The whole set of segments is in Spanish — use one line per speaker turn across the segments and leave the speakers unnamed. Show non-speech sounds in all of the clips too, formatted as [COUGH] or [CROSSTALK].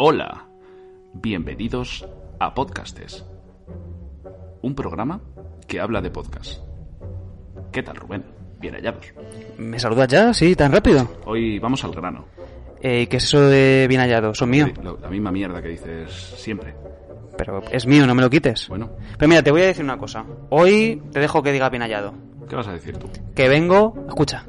Hola, bienvenidos a Podcastes, un programa que habla de podcast. ¿Qué tal, Rubén? Bien hallados.
¿Me saludas ya? Sí, tan rápido.
Hoy vamos al grano.
Eh, ¿Qué es eso de bien hallado? Son míos.
Lo- La misma mierda que dices siempre.
Pero es mío, no me lo quites.
Bueno,
Pero mira, te voy a decir una cosa. Hoy te dejo que digas bien hallado.
¿qué vas a decir tú?
Que vengo... Escucha.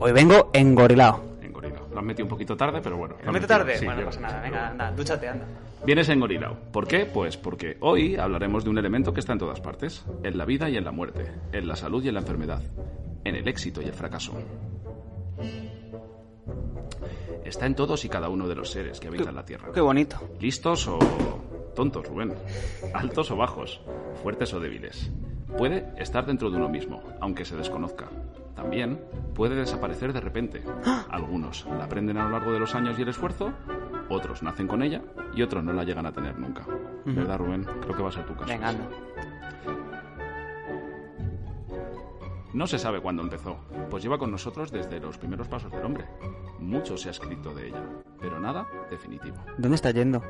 Hoy vengo engorilado.
Engorilao. Lo has metido un poquito tarde, pero bueno. lo has
¿Me meto
metido.
tarde?
Sí,
bueno, no
lleva-
pasa nada.
sí,
Venga,
pero bueno.
anda, dúchate, anda.
Vienes engorilao. ¿Por qué? Pues porque hoy hablaremos de un elemento que está en todas partes. En la vida y en la muerte. En la salud y en la enfermedad. En el éxito y el fracaso. Está en todos y cada uno de los seres que habitan la Tierra.
Qué bonito.
¿Listos o tontos, Rubén? ¿Altos o bajos? ¿Fuertes o débiles? Puede estar dentro de uno mismo, aunque se desconozca. También puede desaparecer de repente. Algunos la aprenden a lo largo de los años y el esfuerzo, otros nacen con ella y otros no la llegan a tener nunca. ¿Verdad, Rubén? Creo que va a ser tu caso.
Venga, anda.
No se sabe cuándo empezó, pues lleva con nosotros desde los primeros pasos del hombre. Mucho se ha escrito de ella, pero nada definitivo.
¿Dónde está yendo?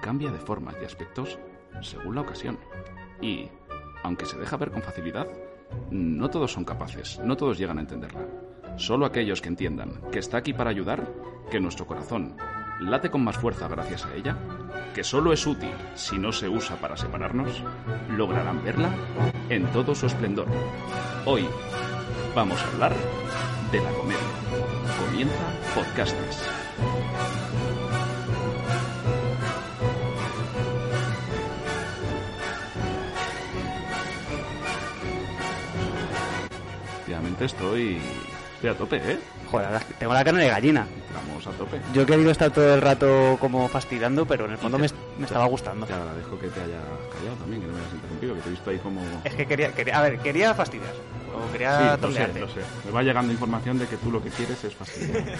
cambia de formas y aspectos según la ocasión. Y, aunque se deja ver con facilidad, no todos son capaces, no todos llegan a entenderla. Solo aquellos que entiendan que está aquí para ayudar, que nuestro corazón late con más fuerza gracias a ella, que solo es útil si no se usa para separarnos, lograrán verla en todo su esplendor. Hoy vamos a hablar de la comedia. Comienza Podcastes. Efectivamente estoy... Estoy a tope, ¿eh?
Joder, ahora tengo la carne de gallina.
Vamos a tope.
Yo he querido estar todo el rato como fastidiando, pero en el fondo me, me estaba gustando.
Te agradezco que te hayas callado también, que no me hayas interrumpido, que te he visto ahí como...
Es que quería, quería... A ver, quería fastidiar. O
Sí,
quería
lo sé,
trolearte.
lo sé. Me va llegando información de que tú lo que quieres es fastidiar.
[LAUGHS]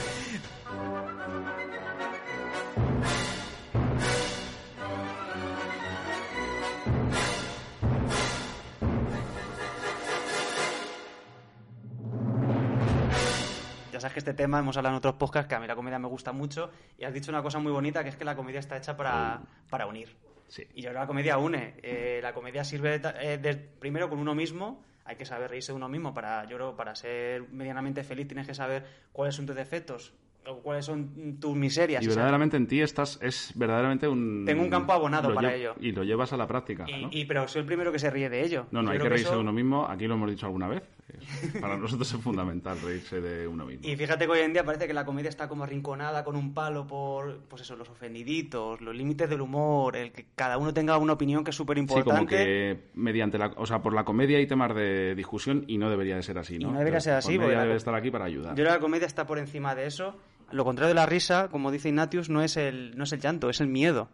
Ya sabes que este tema hemos hablado en otros podcasts, que a mí la comedia me gusta mucho, y has dicho una cosa muy bonita, que es que la comedia está hecha para, para unir.
Sí.
Y yo creo que la comedia une. Eh, la comedia sirve ta- eh, de- primero con uno mismo, hay que saber reírse de uno mismo. Para, yo creo para ser medianamente feliz tienes que saber cuáles son tus defectos, o cuáles son tus miserias.
Y
y saber-
verdaderamente en ti estás... Es verdaderamente un...
Tengo un campo abonado
lo
para
lle-
ello.
Y lo llevas a la práctica,
y-
¿no?
y- pero soy el primero que se ríe de ello.
No, no,
Yo
hay
creo
que reírse
eso-
de uno mismo. Aquí lo hemos dicho alguna vez.
[LAUGHS]
Eh, Para nosotros es fundamental reírse de uno mismo.
Y fíjate que hoy en día parece que la comedia está como arrinconada con un palo por, pues eso, los ofendiditos, los límites del humor, el que cada uno tenga una opinión que es súper
Sí, como
importante.
que mediante la... O sea, por la comedia hay temas de discusión y no debería de ser así, ¿no?
Y no debería
Entonces,
ser así,
comedia
porque la-
debe estar aquí para ayudar.
Yo creo que la comedia está por encima de eso. Lo contrario de la risa, como dice Ignatius, no es el, no es el llanto, es el miedo.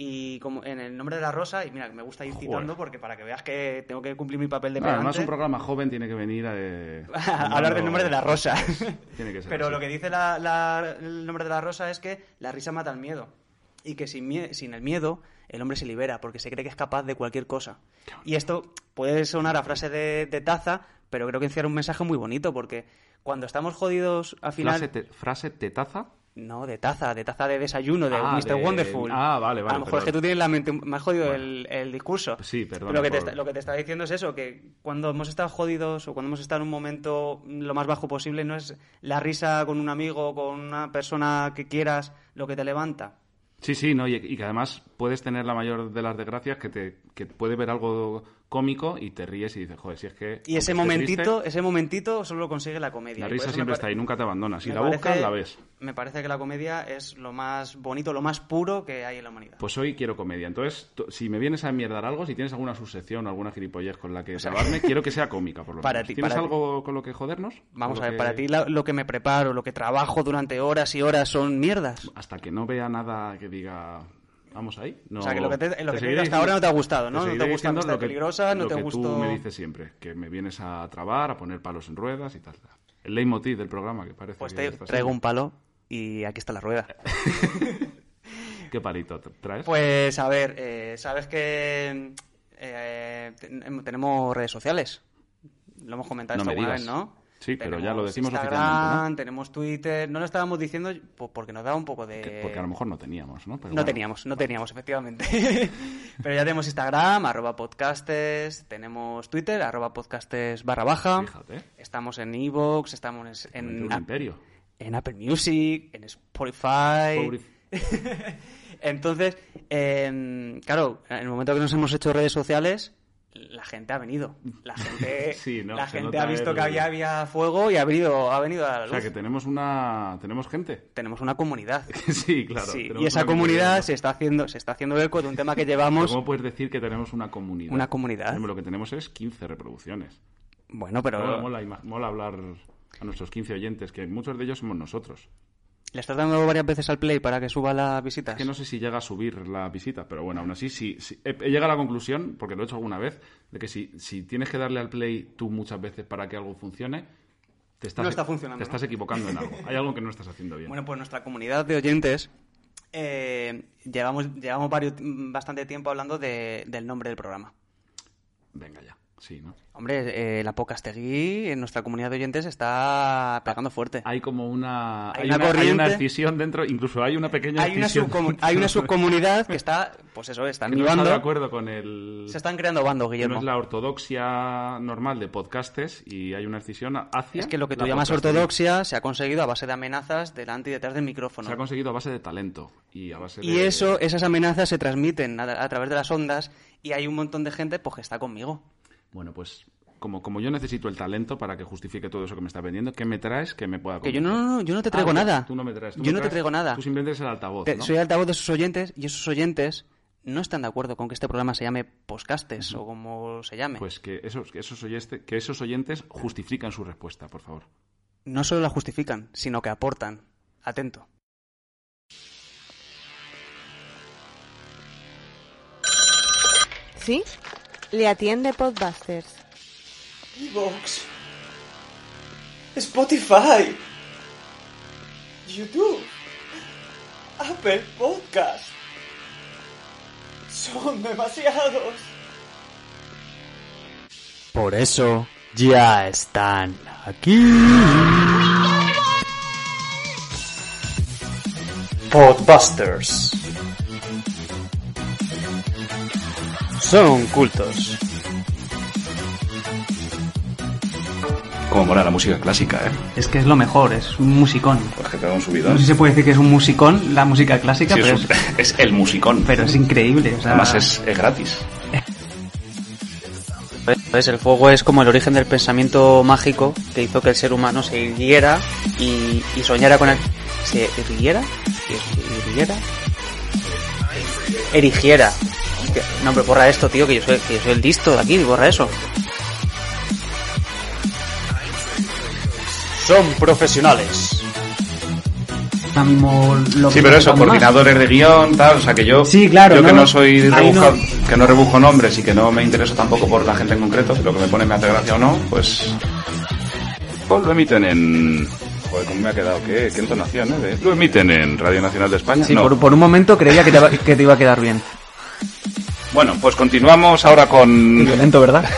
Y como en el nombre de la rosa, y mira, me gusta ir
Joder.
citando porque para que veas que tengo que cumplir mi papel de
No, además,
pedante,
un programa joven tiene que venir eh,
[LAUGHS] a hablar del nombre de la rosa.
[LAUGHS] Tiene que ser
Pero
así.
lo que dice la- la- el nombre de la rosa es que la risa mata el miedo. Y que sin, mie- sin el miedo, el hombre se libera, porque se cree que es capaz de cualquier cosa. Y esto puede sonar a frase de, de taza, pero creo que encierra un mensaje muy bonito, porque cuando estamos jodidos, al final.
Frase, te- frase tetaza.
No, de taza, de taza de desayuno, de
Ah,
Mr.
de-
Wonderful.
ah, vale, vale,
A lo mejor
perdón.
es que tú tienes la mente más jodido el, el discurso.
Sí, perdona,
Pero Lo que, te
por-
está- lo que te estaba diciendo es eso, que cuando hemos estado jodidos o cuando hemos estado en un momento lo más bajo posible, no es la risa con un amigo, con una persona que quieras, lo que te levanta.
Sí, sí, no, y, y que además puedes tener la mayor de las desgracias que te, que puede ver algo cómico y te ríes y dices, joder, si es que...
Y
aunque
ese
esté
momentito,
triste,
ese momentito solo lo consigue la comedia.
la
Y por
risa
eso me
siempre
pare-
está ahí, nunca te abandona. Si
me
la
parece-
buscas, la ves.
Me parece que la comedia es lo más bonito, lo más puro que hay en la humanidad.
Pues hoy quiero comedia. Entonces, tú- si me vienes a enmierdar algo, si tienes alguna subsección o alguna gilipollez con la que
[LAUGHS]
salvarme, quiero que sea cómica, por lo
Para
menos.
ti,
¿Tienes
para ti.
algo con lo que jodernos?
Vamos
¿Con
a
lo
ver, para
que-
ti la- lo que me preparo, lo que trabajo durante horas y horas son mierdas.
Hasta que no vea nada que diga... Vamos ahí. No,
O sea, que lo que te- lo que te he
seguiré
dicho hasta
diciendo-
ahora no te ha gustado, ¿no? No te
seguiré
gusta
diciendo
Amistad
lo que-
Peligrosa, no
lo
te
que tú
gustó-
me dices siempre, que me vienes a trabar, a poner palos en ruedas y tal. tal. El leitmotiv del programa, que parece
Pues
que
te
está
traigo un
siendo.
palo y aquí está la rueda.
¿Qué palito te traes?
[LAUGHS] Pues a ver, eh, sabes que eh, ten- tenemos redes sociales. Lo hemos comentado
No
esto
me
alguna
digas.
vez, ¿no?
Sí, pero ya
Tenemos
lo decimos
Instagram,
oficialmente,
Tenemos Twitter, no lo estábamos diciendo pues, porque nos daba un poco de...
Que- Porque a lo mejor no teníamos, ¿no? Pero
No
bueno.
teníamos, no teníamos, efectivamente. [LAUGHS] Pero ya tenemos Instagram, arroba podcastes, tenemos Twitter, arroba podcastes barra baja.
Fíjate.
Estamos en Evox, estamos
En
en,
un
en,
imperio.
en Apple Music, en Spotify.
Pobre-
Entonces, em, claro, en el momento que nos hemos hecho redes sociales, la gente ha venido. La gente,
[LAUGHS] Sí, ¿no?
la
Se
gente
nota
ha visto
el-
que había, había fuego y ha venido, ha venido a la
O
luz.
sea, que tenemos una... Tenemos gente. [LAUGHS]
Tenemos una comunidad.
sí, claro.
Sí,
tenemos
y esa
una
comunidad se está haciendo, se está haciendo eco de un tema que llevamos.
¿Cómo puedes decir que tenemos una comunidad?
Una comunidad.
Hombre, lo que tenemos es 15 reproducciones.
Bueno, pero
Mola, mola ima- mola hablar a nuestros 15 oyentes, que muchos de ellos somos nosotros.
le estás dando varias veces al play para que suba las visitas.
Que no sé si llega a subir la visita, pero bueno, aún así, si, si- he, he llegado a la conclusión, porque lo he hecho alguna vez, de que si, si tienes que darle al play tú muchas veces para que algo funcione, te estás, e-
No está funcionando,
te
¿no?
estás equivocando
[LAUGHS]
en algo. Hay algo que no estás haciendo bien.
Bueno, pues nuestra comunidad de oyentes eh, llevamos, llevamos varios, bastante tiempo hablando de- del nombre del programa.
Venga ya, sí, ¿no?
Hombre, eh, la Pocastegui en nuestra comunidad de oyentes está pegando fuerte.
Hay como una...
Hay
hay
una
una
corriente.
escisión dentro, incluso hay una pequeña
Hay una,
escisión [LAUGHS]
subcomu-
dentro
hay una subcomunidad que está, pues eso, están
que no está de
bando.
acuerdo con el...
Se están creando bandos,
que no
Guillermo.
es la ortodoxia normal de podcastes y hay una escisión hacia...
Es que lo que tú
la
llamas
podcastería.
ortodoxia se ha conseguido a base de amenazas delante y detrás del micrófono.
Se ha conseguido a base de talento y a base
Y
de-
eso, esas amenazas se transmiten a, a través de las ondas y hay un montón de gente pues, que está conmigo.
Bueno, pues como, como yo necesito el talento para que justifique todo eso que me está vendiendo, ¿qué me traes que me pueda
Que yo
convencer?
no, no, no, yo no te traigo
Ah, no,
nada.
Tú no me traes. tú
yo
me
no te
traes-
traigo nada.
Tú simplemente eres el altavoz,
Te-
¿no?
Soy altavoz de sus oyentes y esos oyentes no están de acuerdo con que este programa se llame Poscastes o como se llame.
Pues que esos, que, esos oyeste- que esos oyentes justifican su respuesta, por favor.
No solo la justifican, sino que aportan. Atento.
¿Sí? Le atiende Podbusters.
Evox, Spotify, YouTube, Apple Podcast. Son demasiados.
Por eso ya están aquí. Podbusters. Son cultos.
Como mola la música clásica, ¿eh?
Es que es lo mejor, es un musicón.
Pues que te da un
No
subidón.
sé si se puede decir que es un musicón, la música clásica, pero, es,
el musicón.
pero es eh. increíble. o sea,
ah.
gratis.
¿Sabes? El fuego es como el origen del pensamiento mágico que hizo que el ser humano se irguiera y, y soñara con él. ¿Se irguiera? ¿Irguiera? Erigiera. Hostia, No, hombre, borra esto, tío, que yo soy, que yo soy el listo de aquí, borra eso.
Son profesionales.
ahora mismo lo
Sí,
que
pero
se
eso,
llama más.
coordinadores de guión, tal, o sea que yo,
Sí, claro,
yo que
no,
no soy
ahí
rebuja-
no.
que no rebujo nombres y que no me intereso tampoco por la gente en concreto, si lo que me pone me hace gracia o no, pues, pues lo emiten en joder, cómo me ha quedado, qué, qué entonación, eh, de- lo emiten en Radio Nacional de España,
Sí,
No.
por, por un momento creía que te, va- que te iba a quedar bien.
bueno, pues continuamos ahora con
Violento, ¿verdad?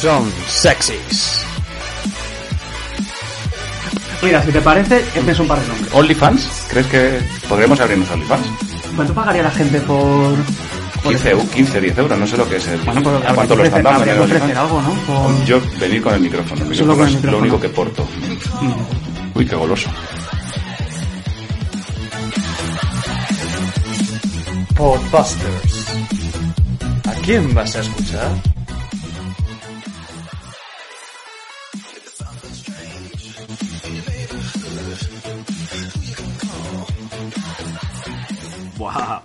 Son sexys.
Mira, si te parece, empiezo un par de nombres.
OnlyFans, ¿crees que podremos abrirnos OnlyFans?
¿Cuánto pagaría la gente por...? por
15, eu- 15, 10 euros, no sé lo que es el,
Bueno, pues
a
habrá
cuánto
que
lo están
ofrecer, habrá
dando en
que
el
ofrecer
OnlyFans.
algo, ¿no? Por-
Yo venir con el micrófono, el
Solo
micrófono
con el
es
micrófono. Mm.
lo único que porto. Uy, qué goloso.
Podbusters. ¿A quién vas a escuchar?
¡Buah!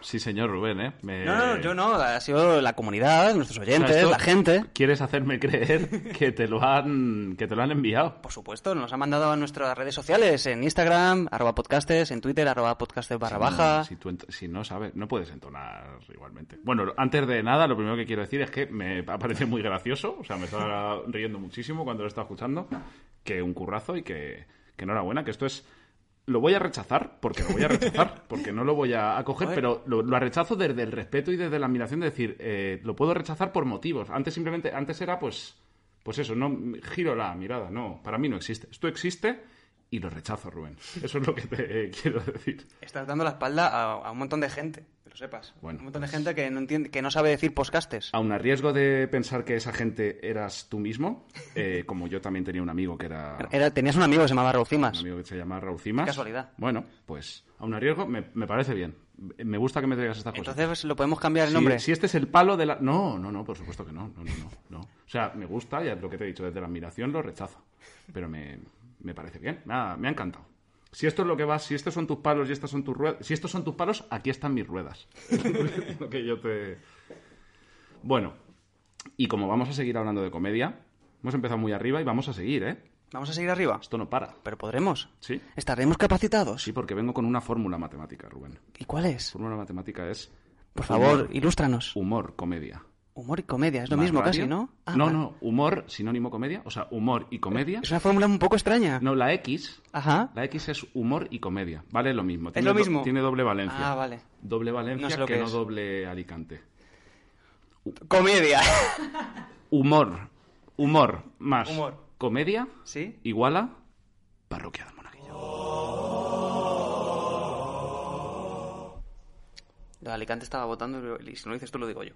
Sí, señor Rubén, ¿eh? Me-
No, no, yo no, ha sido la comunidad, nuestros
O sea,
oyentes,
esto-
la gente.
¿Quieres hacerme creer que te lo han, que te lo han enviado?
Por supuesto, nos ha mandado a nuestras redes sociales, en Instagram, arroba podcastes, en Twitter, arroba podcastes barra baja.
Si, tú ent- si no sabes, no puedes entonar igualmente. Bueno, lo- antes de nada, lo primero que quiero decir es que me ha parecido muy gracioso, o sea, me estaba riendo muchísimo cuando lo estaba escuchando, que un currazo y que, que enhorabuena, que esto es... Lo voy a rechazar, porque lo voy a
[LAUGHS]
rechazar, porque no lo voy a acoger, pero lo, lo rechazo desde el respeto y desde la admiración de decir, eh, lo puedo rechazar por motivos. Antes simplemente, antes era pues, pues eso, no giro la mirada, no, para mí no existe. Esto existe y lo rechazo, Rubén. Eso es lo que te eh, quiero decir.
Estás dando la espalda a, a un montón de gente, que lo sepas.
Bueno, pues Ah,
un montón de gente que no entiende, que no sabe decir podcastes.
Aun a riesgo de pensar que esa gente eras tú mismo, eh, como yo también tenía un amigo que era,
Era- tenías un amigo que se llamaba Raúl
un
Cimas.
amigo que se llamaba Raúl Cimas.
Qué casualidad.
Bueno, pues aun a riesgo me, me parece bien. Me gusta que me traigas estas cosas.
Entonces lo podemos cambiar el
Si-
nombre.
Si, este es el palo de la... No, no, no, por supuesto que no. No, no, no. no. O sea, me gusta, ya es lo que te he dicho, desde la admiración lo rechazo. Pero me, me parece bien. Me ha, me ha encantado. Si esto es lo que va, si estos son tus palos y estas son tus ruedas... Si estos son tus palos, aquí están mis ruedas. [LAUGHS] lo que yo te... Bueno, y como vamos a seguir hablando de comedia, hemos empezado muy arriba y vamos a seguir, ¿eh?
Vamos a seguir arriba.
Esto no para.
Pero podremos.
Sí.
Estaremos capacitados.
Sí, porque vengo con una fórmula matemática, Rubén.
¿Y cuál es?
Fórmula matemática es...
Por favor,
humor,
ilústranos.
humor comedia.
Humor y comedia, es lo
más
mismo
radio.
casi, ¿no? Ah,
no,
vale.
no, humor sinónimo comedia, o sea, humor y comedia.
Es una fórmula un poco extraña.
No, la X,
Ajá.
la X es humor y comedia, ¿vale? Es lo mismo.
Es lo
do-
mismo.
tiene doble valencia.
Ah, vale.
Doble valencia
No sé lo
que,
que
no
es.
doble Alicante.
Comedia.
Humor, humor más
Humor.
comedia
¿Sí?
igual a parroquia del monaguillo.
Lo de Alicante estaba votando y si no lo dices tú lo digo yo.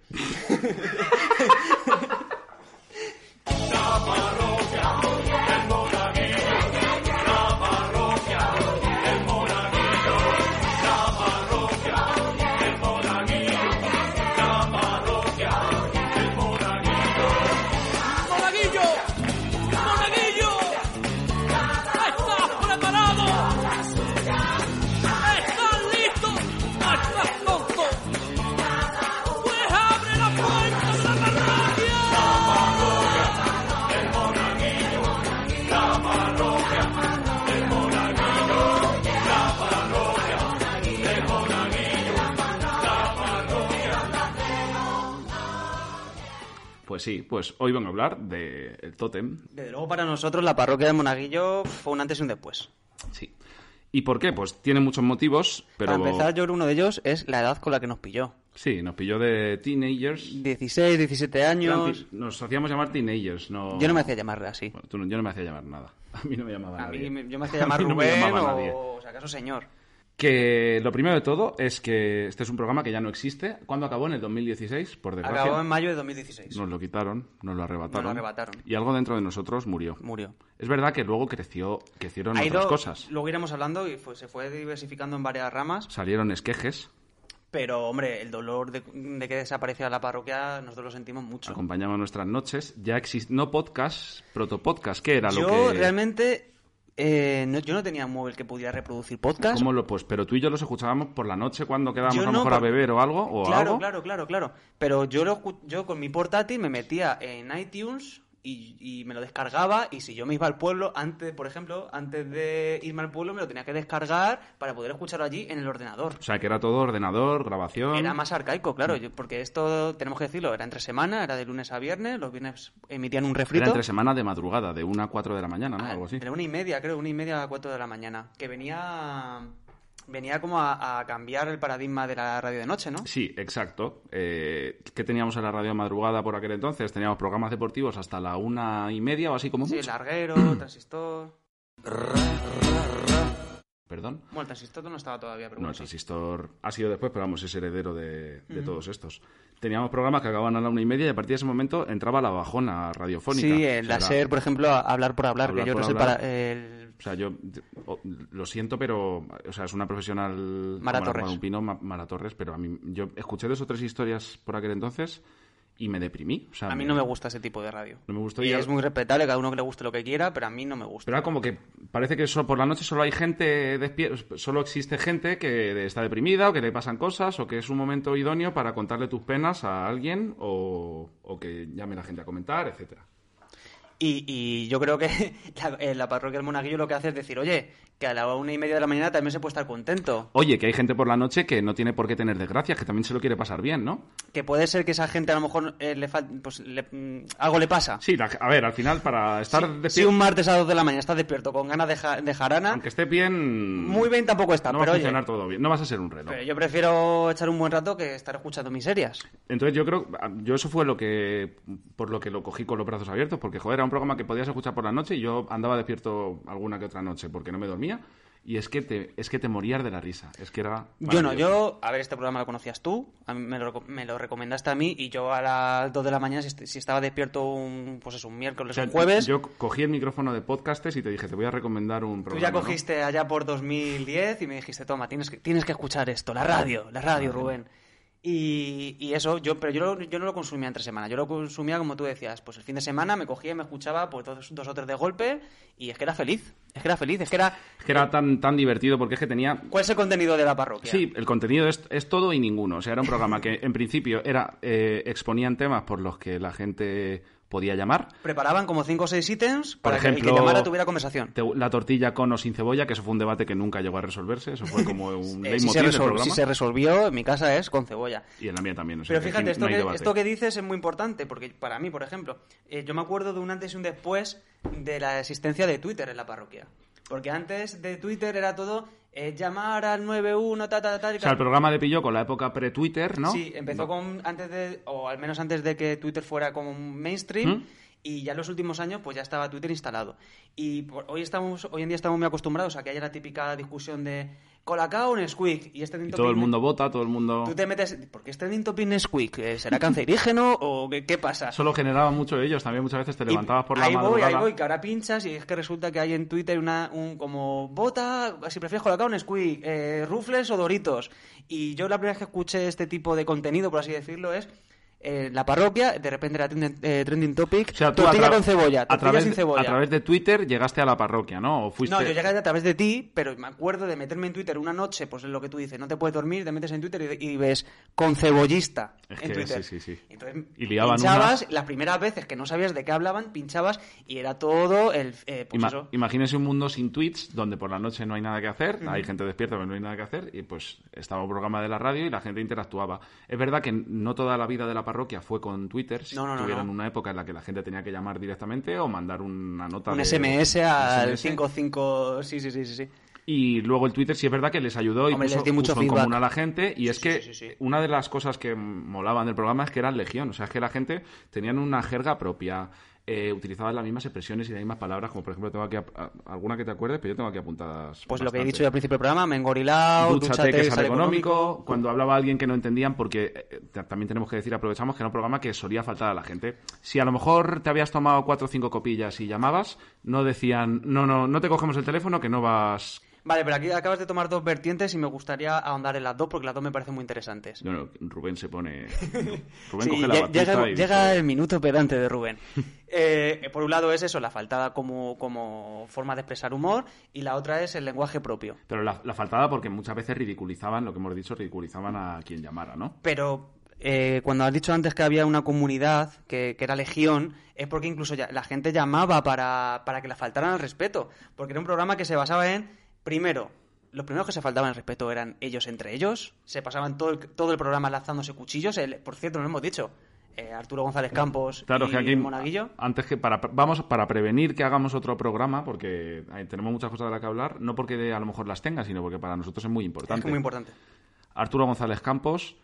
¡Monaguillo! ¡Monaguillo! ¿Estás preparado? ¿Estás listo? ¿Estás tonto? ¡Pues abre la puerta de la parroquia!
Pues sí, pues hoy vengo a hablar del el tótem,
Desde luego para nosotros la parroquia de Monaguillo fue un antes y un después.
sí. ¿Y por qué? Pues tiene muchos motivos, pero...
Para empezar, yo creo que uno de ellos es la edad con la que nos pilló.
Sí, nos pilló de teenagers.
16, 17 años.
Nos hacíamos llamar teenagers, no...
Yo no me hacía llamar así.
Bueno, tú no- yo no me hacía llamar nada. [LAUGHS] A mí no me llamaba
A mí
nadie.
me- yo me hacía
A mí
llamar
no me
Rubén
llamaba nadie.
o, si acaso, señor.
Que lo primero de todo es que este es un programa que ya no existe. ¿Cuándo acabó? En el 2016, por desgracia.
Acabó en mayo de 2016.
Nos lo quitaron, nos lo arrebataron.
Nos lo arrebataron.
Y algo dentro de nosotros murió.
Murió.
Es verdad que luego creció, crecieron
Ha
otras
ido-
cosas.
Luego iremos hablando y fue- se fue diversificando en varias ramas.
Salieron esquejes,
Pero, hombre, el dolor de, de que desapareciera la parroquia, nosotros lo sentimos mucho.
acompañaban nuestras noches. Ya exist... no podcast, protopodcast, ¿qué era
Yo
lo que...?
realmente. eh, no- yo no tenía un móvil que pudiera reproducir podcast.
¿Cómo lo pues? Pero tú y yo los escuchábamos por la noche cuando quedábamos
Yo
a lo
no,
mejor a
porque-
beber o algo o
claro,
algo.
claro, claro, claro. Pero yo, lo, escu- yo con mi portátil me metía en iTunes y, y me lo descargaba. Y si yo me iba al pueblo, antes, por ejemplo, antes de irme al pueblo, me lo tenía que descargar para poder escucharlo allí en el ordenador.
O sea, que era todo ordenador, grabación.
Era más arcaico, claro, yo- porque esto, tenemos que decirlo, era entre semana, era de lunes a viernes, los viernes emitían un refrito.
Era entre semana de madrugada, de 1 a 4 de la mañana, ¿no?
Ah,
Algo así.
Era una y media, creo, una y media a cuatro de la mañana. Que venía. Venía como a, a cambiar el paradigma de la radio de noche, ¿no?
Sí, exacto. Eh, ¿Qué teníamos en la radio de madrugada por aquel entonces? Teníamos programas deportivos hasta la una y media o así como
Sí,
mucho.
larguero, transistor.
¿Perdón?
Bueno, el transistor no estaba todavía, pero
No,
bueno,
el
sí.
transistor ha sido después, pero vamos, es heredero de, de todos estos. Teníamos programas que acababan a la una y media y a partir de ese momento entraba la bajona radiofónica.
Sí,
O sea,
el láser, por ejemplo, a- hablar por hablar,
Hablar
que yo
por
no soy
hablar.
para. el-
O sea, yo te- o- lo siento, pero o sea, es una profesional
Mara
como la-
Torres.
como un pino, Ma- Mara Torres, pero a mí yo escuché dos o tres historias por aquel entonces y me deprimí. O sea,
A mí no me gusta ese tipo de radio.
No me gustó
Y
y-
es muy respetable, cada uno que le guste lo que quiera, pero a mí no me gusta.
Pero era como que parece que solo por la noche solo hay gente despier- solo existe gente que está deprimida o que le pasan cosas o que es un momento idóneo para contarle tus penas a alguien o, o que llame la gente a comentar, etcétera.
Y, y yo creo que [LAUGHS] la, eh, la parroquia del Monaguillo lo que hace es decir, oye, que a la una y media de la mañana también se puede estar contento.
Oye, que hay gente por la noche que no tiene por qué tener desgracias, que también se lo quiere pasar bien, ¿no?
Que puede ser que esa gente a lo mejor eh, le fal- pues, le- mm, algo le pasa.
Sí, la- a ver, al final para estar despierto,
Si un martes a dos de la mañana estás despierto con ganas de, ja- de jarana,
aunque esté bien,
muy bien tampoco está,
no va a
pero oye,
funcionar todo bien, no vas a ser un reloj.
pero yo prefiero echar un buen rato que estar escuchando miserias.
Entonces yo creo, ah, yo eso fue lo que, por lo que lo cogí con los brazos abiertos, porque joder, era un programa que podías escuchar por la noche y yo andaba despierto alguna que otra noche porque no me dormía y es que te, es que te morías de la risa, es que era
Yo no,
maravilloso.
yo, a ver, este programa lo conocías tú, a mí me, lo, reco- me lo recomendaste a mí y yo a las 2 de la mañana, si, est- si estaba despierto un, pues eso, un miércoles
O sea,
un jueves,
Yo cogí el micrófono de podcastes y te dije, te voy a recomendar un
tú
programa.
ya
¿no?
cogiste allá por 2010 y me dijiste, toma, tienes que, tienes que escuchar esto, la radio, la radio, Rubén. Y, y eso, yo, pero yo, lo- yo no lo consumía entre semana, yo lo consumía como tú decías, pues el fin de semana me cogía y me escuchaba pues dos, dos o tres de golpe y es que era feliz, es que era feliz, es que era...
Es que era tan, tan divertido porque es que tenía
¿Cuál es el contenido de la parroquia?
Sí, el contenido es, es todo y ninguno. O sea, era un programa que en principio era eh, exponían temas por los que la gente podía llamar.
Preparaban como cinco o seis ítems
Por
para que el
ejemplo,
que llamara tuviera conversación.
Te- la tortilla con o sin cebolla, que eso fue un debate que nunca llegó a resolverse. Eso fue
[LAUGHS]
como un
Eh,
leitmotiv
si, se
del
resol-
programa.
si se resolvió, en mi casa es con cebolla.
Y en la mía también. o sea,
Pero
que
fíjate,
aquí
esto,
no hay
que,
debate.
esto que dices es muy importante, porque para mí, por ejemplo, eh, yo me acuerdo de un antes y un después de la existencia de Twitter en la parroquia. Porque antes de Twitter era todo eh, llamar al 91, ta, ta, ta, ta,
O sea, el programa le pilló con la época pre-Twitter, ¿no?
Sí, empezó
No.
con antes de, o al menos antes de que Twitter fuera como un mainstream.
¿Mm?
Y ya en los últimos años, pues ya estaba Twitter instalado. Y por- hoy estamos, hoy en día estamos muy acostumbrados a que haya la típica discusión de Colacao o Nesquik. Y, este
Y todo el mundo vota, todo el mundo...
Tú te metes. ¿Por qué este es trending topic Nesquik?
[LAUGHS]
¿Eh, ¿Será cancerígeno o qué, qué pasa?
Eso lo generaba mucho ellos. También muchas veces te
Y
levantabas por la
ahí voy,
madrugada.
ahí voy, que ahora pinchas y es que resulta que hay en Twitter una, un como bota, si prefieres colocar un squeak, eh, rufles o doritos. Y yo la primera vez que escuché este tipo de contenido, por así decirlo, es eh, la parroquia, de repente era trending, eh, trending topic,
O sea, tú a
tortilla
tra-
con cebolla,
a
tortilla
través,
sin
de-
cebolla.
a través de Twitter llegaste a la parroquia, ¿no? O fuiste...
No, yo llegué a través de ti, pero me acuerdo de meterme en Twitter una noche, pues es lo que tú dices, no te puedes dormir, te metes en Twitter y, y ves con cebollista
Es
en
que
Twitter.
sí, sí, sí.
Entonces
Y liaban
pinchabas,
unas-
las primeras veces que no sabías de qué hablaban, pinchabas y era todo el... eh, pues
Ima-
eso.
Imagínese un mundo sin tweets donde por la noche no hay nada que hacer, hay gente despierta pero no hay nada que hacer y pues estaba un programa de la radio y la gente interactuaba. Es verdad que no toda la vida de la parroquia fue con Twitter, si
No, no, no,
tuvieron
no.
una época en la que la gente tenía que llamar directamente o mandar una nota
Un
de-
SMS
un
al
SMS.
55... Sí, sí, sí, sí. sí.
Y luego el Twitter sí es verdad que les ayudó y
Hombre,
puso,
les di
puso
mucho
en
feedback.
común a la gente. Y es
sí,
que
sí, sí, sí.
una de las cosas que molaban del programa es que eran legión. O sea, es que la gente tenían una jerga propia. eh, utilizaban las mismas expresiones y las mismas palabras, como por ejemplo, tengo aquí ap- a- alguna que te acuerdes, pero yo tengo aquí apuntadas.
Pues lo que he
bastante.
dicho ya al principio del programa, me he engorilao,
Dúchate, que sale económico.
económico.
Cuando hablaba alguien que no entendían, porque eh, t- también tenemos que decir, aprovechamos que era un programa que solía faltar a la gente. Si a lo mejor te habías tomado cuatro o cinco copillas y llamabas, no decían, no, no, no te cogemos el teléfono, que no vas
Vale, pero aquí acabas de tomar dos vertientes y me gustaría ahondar en las dos porque las dos me parecen muy interesantes.
No, no, Rubén se pone. Rubén
Sí,
Pues coge la
ya-
batuta
llega,
y dice,
llega el minuto pedante
[LAUGHS]
de Rubén. Eh, eh, por un lado es eso, la faltada como, como forma de expresar humor, y la otra es el lenguaje propio.
Pero la, la faltaba porque muchas veces ridiculizaban, lo que hemos dicho, ridiculizaban a quien llamara, ¿no?
Pero eh, cuando has dicho antes que había una comunidad, que, que era legión, es porque incluso ya- la gente llamaba para, para que la faltaran al respeto. Porque era un programa que se basaba en, primero, los primeros que se faltaban al respeto eran ellos entre ellos. Se pasaban todo el, todo el programa lanzándose cuchillos. El- por cierto, no lo hemos dicho. eh, Arturo González Campos
Claro, ah,
y
que aquí.
Monaguillo.
Antes que. Para, vamos, para prevenir que hagamos otro programa, porque ahí tenemos muchas cosas de las que hablar, no porque a lo mejor las tenga, sino porque para nosotros es muy
Es
importante.
que muy importante.
Arturo González Campos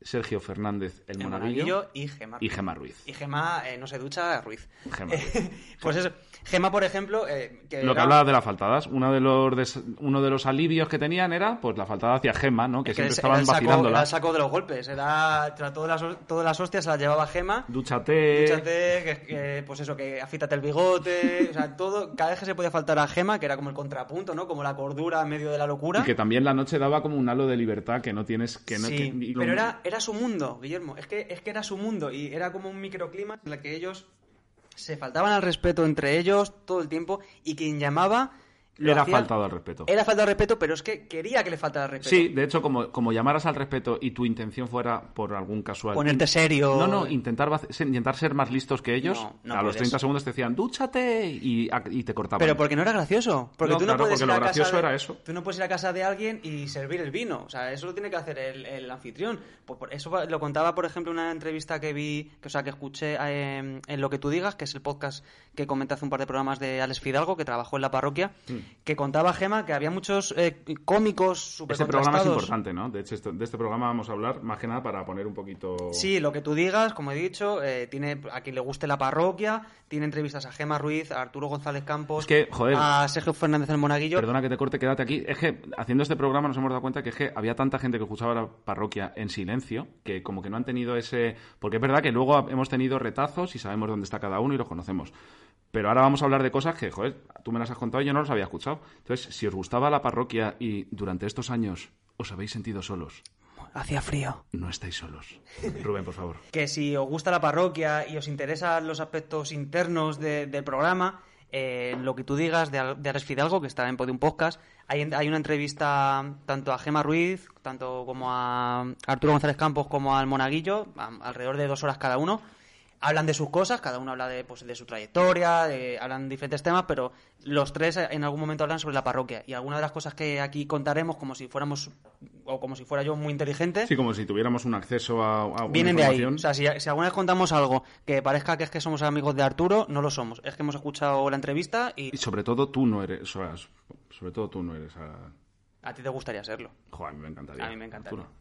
Sergio Fernández, el,
El
monaguillo,
Monaguillo y Gemma.
y Gemma Ruiz.
Y Gema eh, no se ducha, Ruiz. [LAUGHS]
Gemma Ruiz.
pues eso. Gema, por ejemplo. eh, que
Lo que
era-
hablaba de las faltadas, uno de los des- uno de los alivios que tenían era pues la faltada hacia Gema, ¿no? Que
que
siempre
era
estaban
el saco-
vacilándola.
Era el saco de los golpes. Era, era todas, las, todas las hostias las llevaba Gema.
Dúchate.
Dúchate, que, que, pues eso, que afítate el bigote, o sea, todo, cada vez que se podía faltar a Gema, que era como el contrapunto, ¿no? Como la cordura en medio de la locura.
Y que también la noche daba como un halo de libertad que no tienes que no
sí,
que- y lo-
pero era, era su mundo, Guillermo, es que, es que era su mundo y era como un microclima en el que ellos se faltaban al respeto entre ellos todo el tiempo y quien llamaba... lo
era
hacía-
faltado al respeto.
Era falta de respeto, pero es que quería que le faltara al respeto.
Sí, de hecho, como, como llamaras al respeto y tu intención fuera por algún casual.
Ponerte serio.
No, no, intentar, vac- ser- intentar ser más listos que ellos.
No, no
a los
puedes.
30 segundos te decían, dúchate y, a- y te cortaban. Este
Pero porque no era gracioso. Porque
No,
tú no
claro,
puedes
porque
ir
lo
a casa
gracioso
de-
era eso.
Tú no puedes ir a casa de alguien y servir el vino. O sea, eso lo tiene que hacer el, el anfitrión. Pues por eso lo contaba, por ejemplo, en una entrevista que vi, que, o sea, que escuché eh, en, Lo que tú digas, que es el podcast que comenté hace un par de programas de Alex Fidalgo, que trabajó en la parroquia,
Mm.
que contaba Gema que había muchos eh, cómicos súper
Este programa es importante, ¿no? De hecho, esto- de este programa vamos a hablar más que nada para poner un poquito.
Sí, lo que tú digas, como he dicho, eh, tiene a quien le guste la parroquia, tiene entrevistas a Gema Ruiz, a Arturo González Campos,
Es que, joder.
a Sergio Fernández el Monaguillo.
Perdona que te corte, quédate aquí. Es que haciendo este programa nos hemos dado cuenta que, es que había tanta gente que escuchaba la parroquia en silencio que como que no han tenido ese... Porque es verdad que luego ha- hemos tenido retazos y sabemos dónde está cada uno y los conocemos. Pero ahora vamos a hablar de cosas que, joder, tú me las has contado y yo no las había escuchado. Entonces, si os gustaba la parroquia y durante estos años os habéis sentido solos,
Hacía frío.
no estáis
[LAUGHS]
solos. Rubén, por favor.
que si os gusta la parroquia y os interesan los aspectos internos de- del programa, eh, lo que tú digas de, Al- de Ares Fidalgo, que está en Podium Podcast, hay, en- hay una entrevista tanto a Gema Ruiz, tanto como a Arturo González Campos, como al Monaguillo, a- alrededor de dos horas cada uno. Hablan de sus cosas, cada uno habla de, pues, de su trayectoria, de- hablan de diferentes temas, pero los tres eh, en algún momento hablan sobre la parroquia. Y alguna de las cosas que aquí contaremos, como si fuéramos, o como si fuera yo muy inteligente,
Sí, como si tuviéramos un acceso a... a una
Vienen de ahí.
información.
O sea, si, si alguna vez contamos algo que parezca que es que somos amigos de Arturo, no lo somos. Es que hemos escuchado la entrevista y
Y sobre todo tú no eres... o sea, sobre todo tú no eres... A...
a ti te gustaría serlo.
Joder, a mí me encantaría.
A mí me encantaría.
Arturo.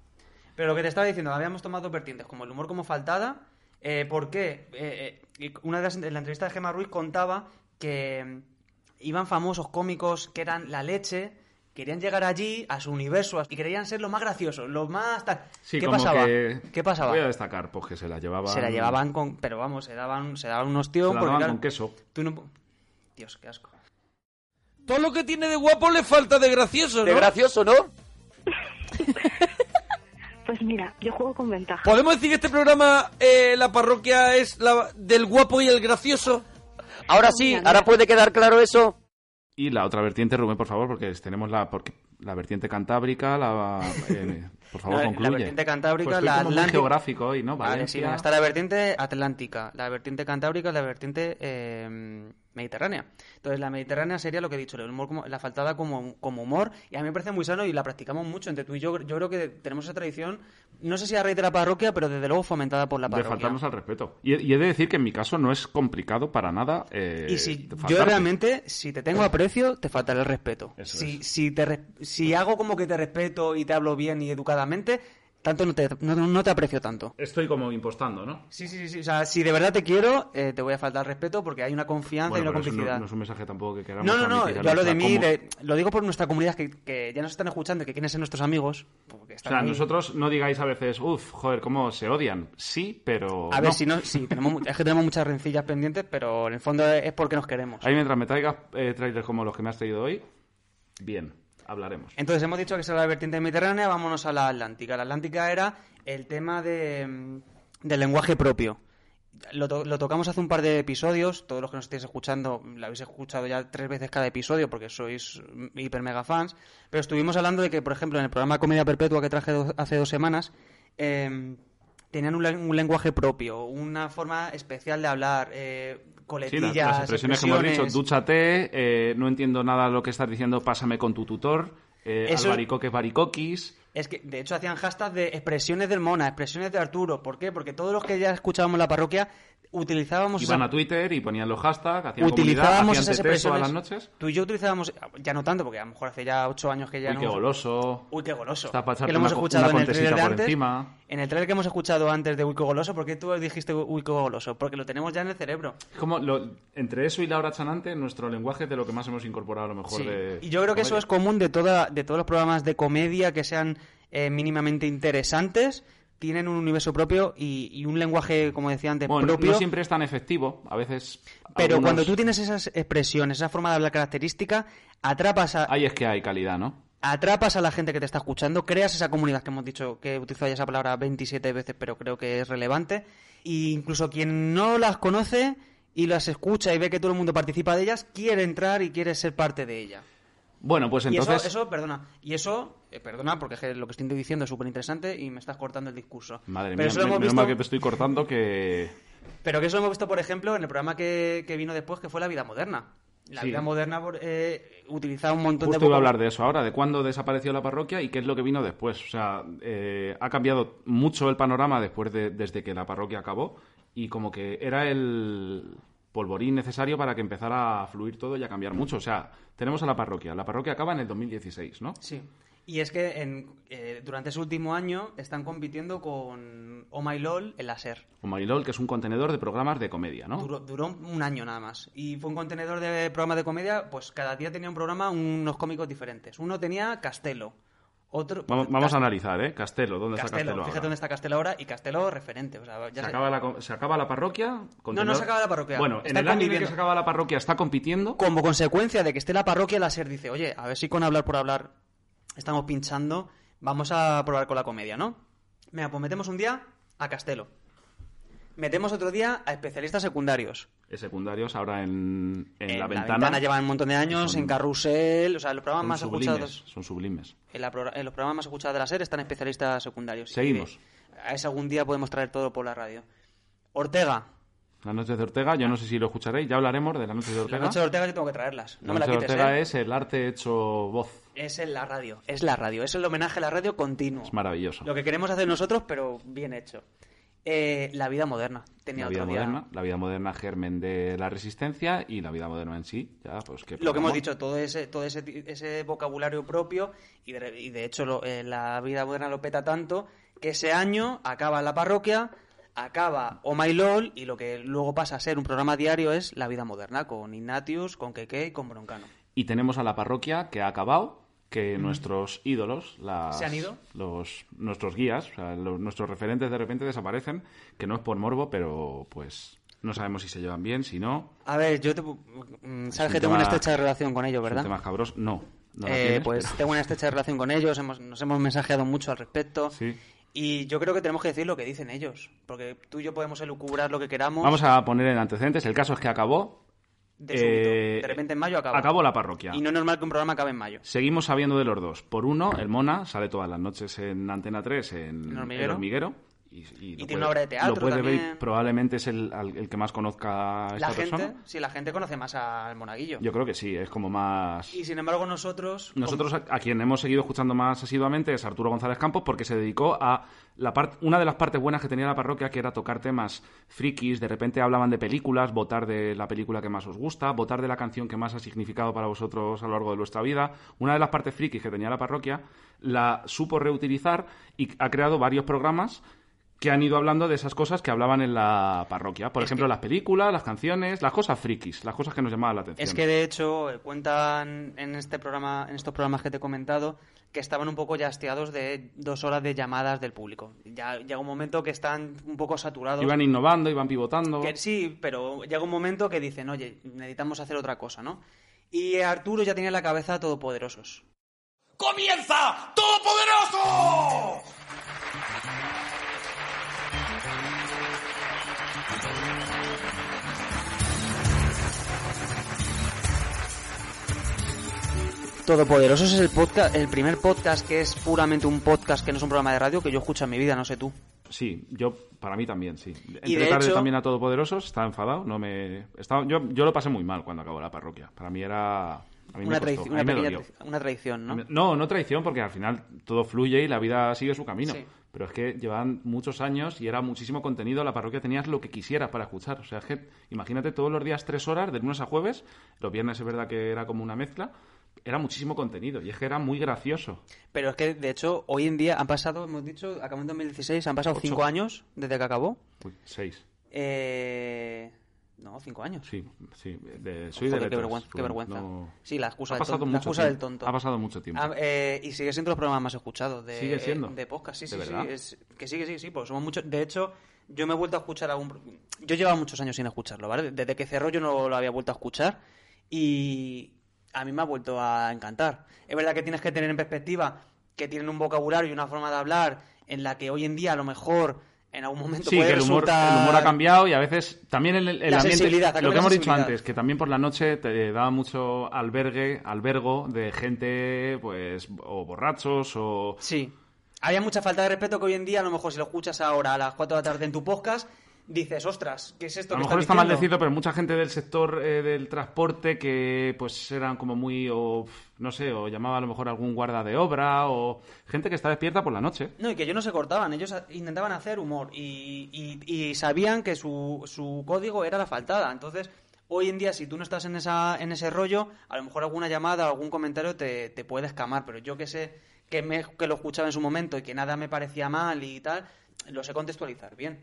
Pero lo que te estaba diciendo, habíamos tomado dos vertientes, como el humor como faltada. eh, ¿Por qué? Eh, eh, y una de las, en la entrevista de Gemma Ruiz contaba que mm, iban famosos cómicos que eran la leche, querían llegar allí a su universo y querían ser los más graciosos, los más tal.
Sí,
¿Qué
como
pasaba?
que-
¿Qué pasaba?
Voy a destacar, pues que se la llevaban.
Se la llevaban con. Pero vamos, se daban, se daban unos tíos.
Se la
porque,
daban
claro,
con queso.
Tú no... po- Dios, qué asco.
Todo lo que tiene de guapo le falta de gracioso,
De
¿no?
gracioso, ¿no?
[LAUGHS] Pues mira, yo juego con ventaja.
¿Podemos decir que este programa, eh, la parroquia, es la del guapo y el gracioso?
Ahora sí, ahora puede quedar claro eso.
Y la otra vertiente, Rubén, por favor, porque tenemos la porque la vertiente cantábrica, la eh, por favor,
[LAUGHS] La- la
concluye.
vertiente cantábrica,
Pues estoy
la
como muy
atlántica-
geográfico hoy, ¿no?
Vale,
Valencia.
sí, bueno, está la vertiente atlántica, la vertiente cantábrica, la vertiente eh, mediterránea. Entonces, la mediterránea sería lo que he dicho, el humor como- la faltada como, como humor, y a mí me parece muy sano y la practicamos mucho entre tú y yo. Yo creo que tenemos esa tradición, no sé si a raíz de la parroquia, pero desde luego fomentada por la
de
parroquia.
faltarnos al respeto. Y, he- y he de decir que en mi caso no es complicado para nada. eh,
Y si yo
faltarte.
realmente, si te tengo aprecio, te faltaré el respeto.
Eso
Si,
es.
si, te, res- si hago como que te respeto y te hablo bien y educadamente, tanto no te, no, no te aprecio tanto.
Estoy como impostando, ¿no?
Sí, sí, sí, sí. O sea, si de verdad te quiero, eh, te voy a faltar al respeto porque hay una confianza y
Bueno,
una
pero eso no-
complicidad.
no es un mensaje tampoco que queramos
No, no, no,
transmitir a
yo hablo
nuestra
de mí,
comu-
de- lo digo por nuestra comunidad que, que ya nos están escuchando, que quieren ser nuestros amigos. porque
O
están
sea,
ahí.
nosotros no digáis a veces, uff, joder, cómo se odian. Sí, pero.
A ver
no.
si no, sí, tenemos, mu- es que tenemos muchas rencillas pendientes, pero en el fondo es porque nos queremos.
Ahí mientras me traigas eh, trailers como los que me has traído hoy, bien, hablaremos.
Entonces hemos dicho que esa era la vertiente mediterránea, vámonos a la atlántica. La atlántica era el tema de, mm, del lenguaje propio. Lo, to- lo tocamos hace un par de episodios, todos los que nos estáis escuchando lo habéis escuchado ya tres veces cada episodio porque sois mm, hiper mega fans, pero estuvimos hablando de que, por ejemplo, en el programa Comedia Perpetua que traje do- hace dos semanas, em, tenían un, len- un lenguaje propio, una forma especial de hablar, eh,
Sí, la-
coletillas,
las, expresiones que hemos dicho,
expresiones.
dúchate, eh, no entiendo nada lo que estás diciendo, pásame con tu tutor, eh,
Eso-
albaricoques, baricoquis.
Es que, de hecho, hacían hashtags de expresiones del Mona, expresiones de Arturo. ¿Por qué? Porque todos los que ya escuchábamos la parroquia utilizábamos
Iban
esa-
a Twitter y ponían los hashtags, hacían
utilizábamos
comunidad,
esas
hacían TT todas
expresiones.
las noches.
Tú y yo utilizábamos, ya no tanto, porque a lo mejor hace ya ocho años que ya
Uy,
no.
qué goloso.
Uy, qué goloso.
Está para echarte
que lo hemos
una co-
escuchado
una
en el
contesita
trailer de
por
antes.
encima.
En el trailer que hemos escuchado antes de Uy, qué goloso, ¿por qué tú dijiste Uy, qué goloso? Porque lo tenemos ya en el cerebro.
Es como lo- entre eso y la hora chanante, nuestro lenguaje es de lo que más hemos incorporado a lo mejor.
Sí.
de-
Y yo creo que eso
Oye,
es común de, toda, de todos los programas de comedia que sean eh, mínimamente interesantes. Tienen un universo propio y, y un lenguaje, como decía antes,
Bueno, no-
propio.
no siempre es tan efectivo, a veces.
Pero
algunos-
cuando tú tienes esas expresiones, esa forma de hablar característica, atrapas a,
Ahí es que hay calidad, ¿no?
atrapas a la gente que te está escuchando, creas esa comunidad que hemos dicho que he utilizado ya esa palabra 27 veces, pero creo que es relevante. E incluso quien no las conoce y las escucha y ve que todo el mundo participa de ellas, quiere entrar y quiere ser parte de ella.
Bueno, pues
Y
entonces.
eso, eso, perdona, y eso, eh, perdona, porque es que lo que estoy diciendo es súper interesante y me estás cortando el discurso.
Madre
pero
mía,
eso lo
me-
hemos
menos mal
visto-
que te estoy cortando que.
Pero que eso lo hemos visto, por ejemplo, en el programa que, que vino después, que fue La Vida Moderna. La
Sí.
Vida Moderna por- eh, utilizaba un montón de...
Justo iba a
vocab-
hablar de eso ahora, de cuándo desapareció la parroquia y qué es lo que vino después. O sea, eh, ha cambiado mucho el panorama después de, desde que la parroquia acabó y como que era el polvorín necesario para que empezara a fluir todo y a cambiar mucho. O sea, tenemos a la parroquia. La parroquia acaba en el 2016, ¿no?
Sí. Y es que en, eh, durante ese último año están compitiendo con Oh My LOL, el láser.
O Marilol, que es un contenedor de programas de comedia, ¿no?
Duró, duró un año nada más. Y fue un contenedor de programas de comedia, pues cada día tenía un programa, unos cómicos diferentes. Uno tenía Castelo. Otro,
Vamos, vamos a
Cas-
analizar, ¿eh? Castelo, ¿dónde está
Castelo.
Castelo?
Fíjate
ahora?
dónde está Castelo ahora y Castelo referente. O sea, ya
se,
sé-
acaba la, co- se acaba la parroquia.
no
contenedor-
se acaba la parroquia.
Bueno, en
Está
el año en el que
conviviendo.
se acaba la parroquia está compitiendo.
Como consecuencia de que esté la parroquia, la SER dice, oye, a ver si con hablar por hablar estamos pinchando, vamos a probar con la comedia, ¿no? Mira, pues metemos un día a Castelo. Metemos otro día a especialistas secundarios.
Eh, secundarios ahora en, en la, ventana.
llevan un montón de años,
Son-
en Carrusel, o sea, los programas
son
más
sublimes,
escuchados.
Son sublimes.
En, la pro- en los programas más escuchados de la SER están especialistas secundarios.
Seguimos.
Y, eh, A ese algún día podemos traer todo por la radio. Ortega.
Las noches de Ortega, yo no sé si lo escucharéis, ya hablaremos de las noches de Ortega.
La noche de Ortega yo tengo que traerlas.
Las
No me la
noches de
quites,
Ortega
¿eh?
es el arte hecho voz.
Es en la radio. Es la radio. Es el homenaje a la radio continuo.
Es maravilloso.
Lo que queremos hacer nosotros, pero bien hecho. Eh, la vida moderna. Tenía
La vida
otro día.
moderna, la vida moderna germen de la resistencia y la vida moderna en sí, ya pues que
Lo que hemos
podamos.
dicho, todo ese, todo ese, ti- ese vocabulario propio, y de, y de hecho lo- eh, la vida moderna lo peta tanto, que ese año acaba la parroquia, acaba Oh My LOL, y lo que luego pasa a ser un programa diario es la vida moderna, con Ignatius, con Keke y con Broncano.
Y tenemos a la parroquia que ha acabado, que nuestros ídolos, las-
¿Se han ido?
Los, nuestros guías, o sea, los- nuestros referentes de repente desaparecen, que no es por morbo, pero pues no sabemos si se llevan bien, si no.
A ver, yo te, mm,
Es un
sabes que tengo una
tema-
estrecha relación con ellos, ¿verdad?
Son temas cabros, no. no la
Eh,
tienes,
pues
pero- [LAUGHS]
tengo una estrecha relación con ellos, hemos- nos hemos mensajeado mucho al respecto.
Sí.
Y yo creo que tenemos que decir lo que dicen ellos. Porque tú y yo podemos elucubrar lo que queramos.
Vamos a poner en antecedentes. El caso es que acabó.
De, súbito.
eh,
De repente en mayo acabó.
Acabó la parroquia.
Y no es normal que un programa acabe en mayo.
Seguimos sabiendo de los dos. Por uno, el Mona sale todas las noches en Antena 3, en
El Hormiguero.
Y,
tiene una obra de teatro
Lo puede ver, y
también.
probablemente es el, al- el que más conozca a esta
La gente,
persona.
sí, la gente conoce más al monaguillo.
Yo creo que sí, es como más.
Y sin embargo, nosotros.
Nosotros a, a quien hemos seguido escuchando más asiduamente es Arturo González Campos porque se dedicó a la part- una de las partes buenas que tenía la parroquia que era tocar temas frikis, de repente hablaban de películas, votar de la película que más os gusta, votar de la canción que más ha significado para vosotros a lo largo de vuestra vida. Una de las partes frikis que tenía la parroquia la supo reutilizar y ha creado varios programas que han ido hablando de esas cosas que hablaban en la parroquia. Por ejemplo, las películas, las canciones, las cosas frikis, las cosas que nos llamaban la atención.
Es que de hecho eh, cuentan en este programa, en estos programas que te he comentado, que estaban un poco ya hastiados de dos horas de llamadas del público. Ya llega un momento que están un poco saturados.
Iban innovando, iban pivotando.
Que sí, pero llega un momento que dicen, oye, necesitamos hacer otra cosa, ¿no? Y Arturo ya tenía en la cabeza Todopoderosos.
¡Comienza Todopoderoso!
Todopoderosos es el podcast, el primer podcast que es puramente un podcast que no es un programa de radio que yo escucho en mi vida, no sé tú.
Sí, yo para mí también, sí.
Y
Entré
de
tarde
hecho-
también a Todopoderosos, estaba enfadado, no me estaba yo yo lo pasé muy mal cuando acabó la parroquia. Para mí era a mí me
Una,
costó,
traici-
a mí
una,
me
pequeña
dolió.
traici- una traición, ¿no?
No, no traición porque al final todo fluye y la vida sigue su camino,
Sí.
Pero es que llevaban muchos años y era muchísimo contenido. La parroquia tenías lo que quisieras para escuchar. O sea, es que imagínate todos los días tres horas, de lunes a jueves. Los viernes es verdad que era como una mezcla. Era muchísimo contenido y es que era muy gracioso.
Pero es que, de hecho, hoy en día han pasado, hemos dicho, acabó en 2016, han pasado
Ocho.
cinco años desde que acabó.
Uy, seis.
Eh, No, cinco años.
Sí, sí. de- soy de
Joder, qué
letras,
vergüenza. qué
Rubén,
vergüenza.
no-
Sí, la excusa,
Ha
del, ton-
pasado
la
mucho
excusa
tiempo.
del tonto.
Ha pasado mucho tiempo.
Ah, eh, y sigue siendo los programas más escuchados de,
Sigue siendo.
de podcast. Sí,
¿De
sí, sí.
verdad?
es- que sí, que sí, sí. Pues somos muchos. De hecho, yo me he vuelto a escuchar algún. pro- Yo llevaba muchos años sin escucharlo, ¿vale? Desde que cerró yo no lo había vuelto a escuchar. Y a mí me ha vuelto a encantar. Es verdad que tienes que tener en perspectiva que tienen un vocabulario y una forma de hablar en la que hoy en día a lo mejor en algún momento
Sí,
puede
que el humor,
resultar-
el humor ha cambiado y a veces también el, el
La
ambiente,
sensibilidad, ha
lo que
cambiado
hemos
la
dicho
sensibilidad.
antes, que también por la noche te da mucho albergue, albergo de gente, pues, o borrachos o...
Sí. Había mucha falta de respeto que hoy en día, a lo mejor si lo escuchas ahora a las 4 de la tarde en tu podcast, dices, ostras, ¿qué es esto?
A lo
que
mejor está
están
mal
diciendo?".
decido, pero mucha gente del sector eh, del transporte que pues eran como muy, o pf, no sé, o llamaba a lo mejor algún guarda de obra, o gente que está despierta por la noche.
No, y que ellos no se cortaban, ellos a- intentaban hacer humor y, y- y sabían que su, su código era la faltada. Entonces, hoy en día, si tú no estás en, esa, en ese rollo, a lo mejor alguna llamada o algún comentario te, te puede escamar, pero yo que sé que, me, que lo escuchaba en su momento y que nada me parecía mal y tal, lo sé contextualizar bien.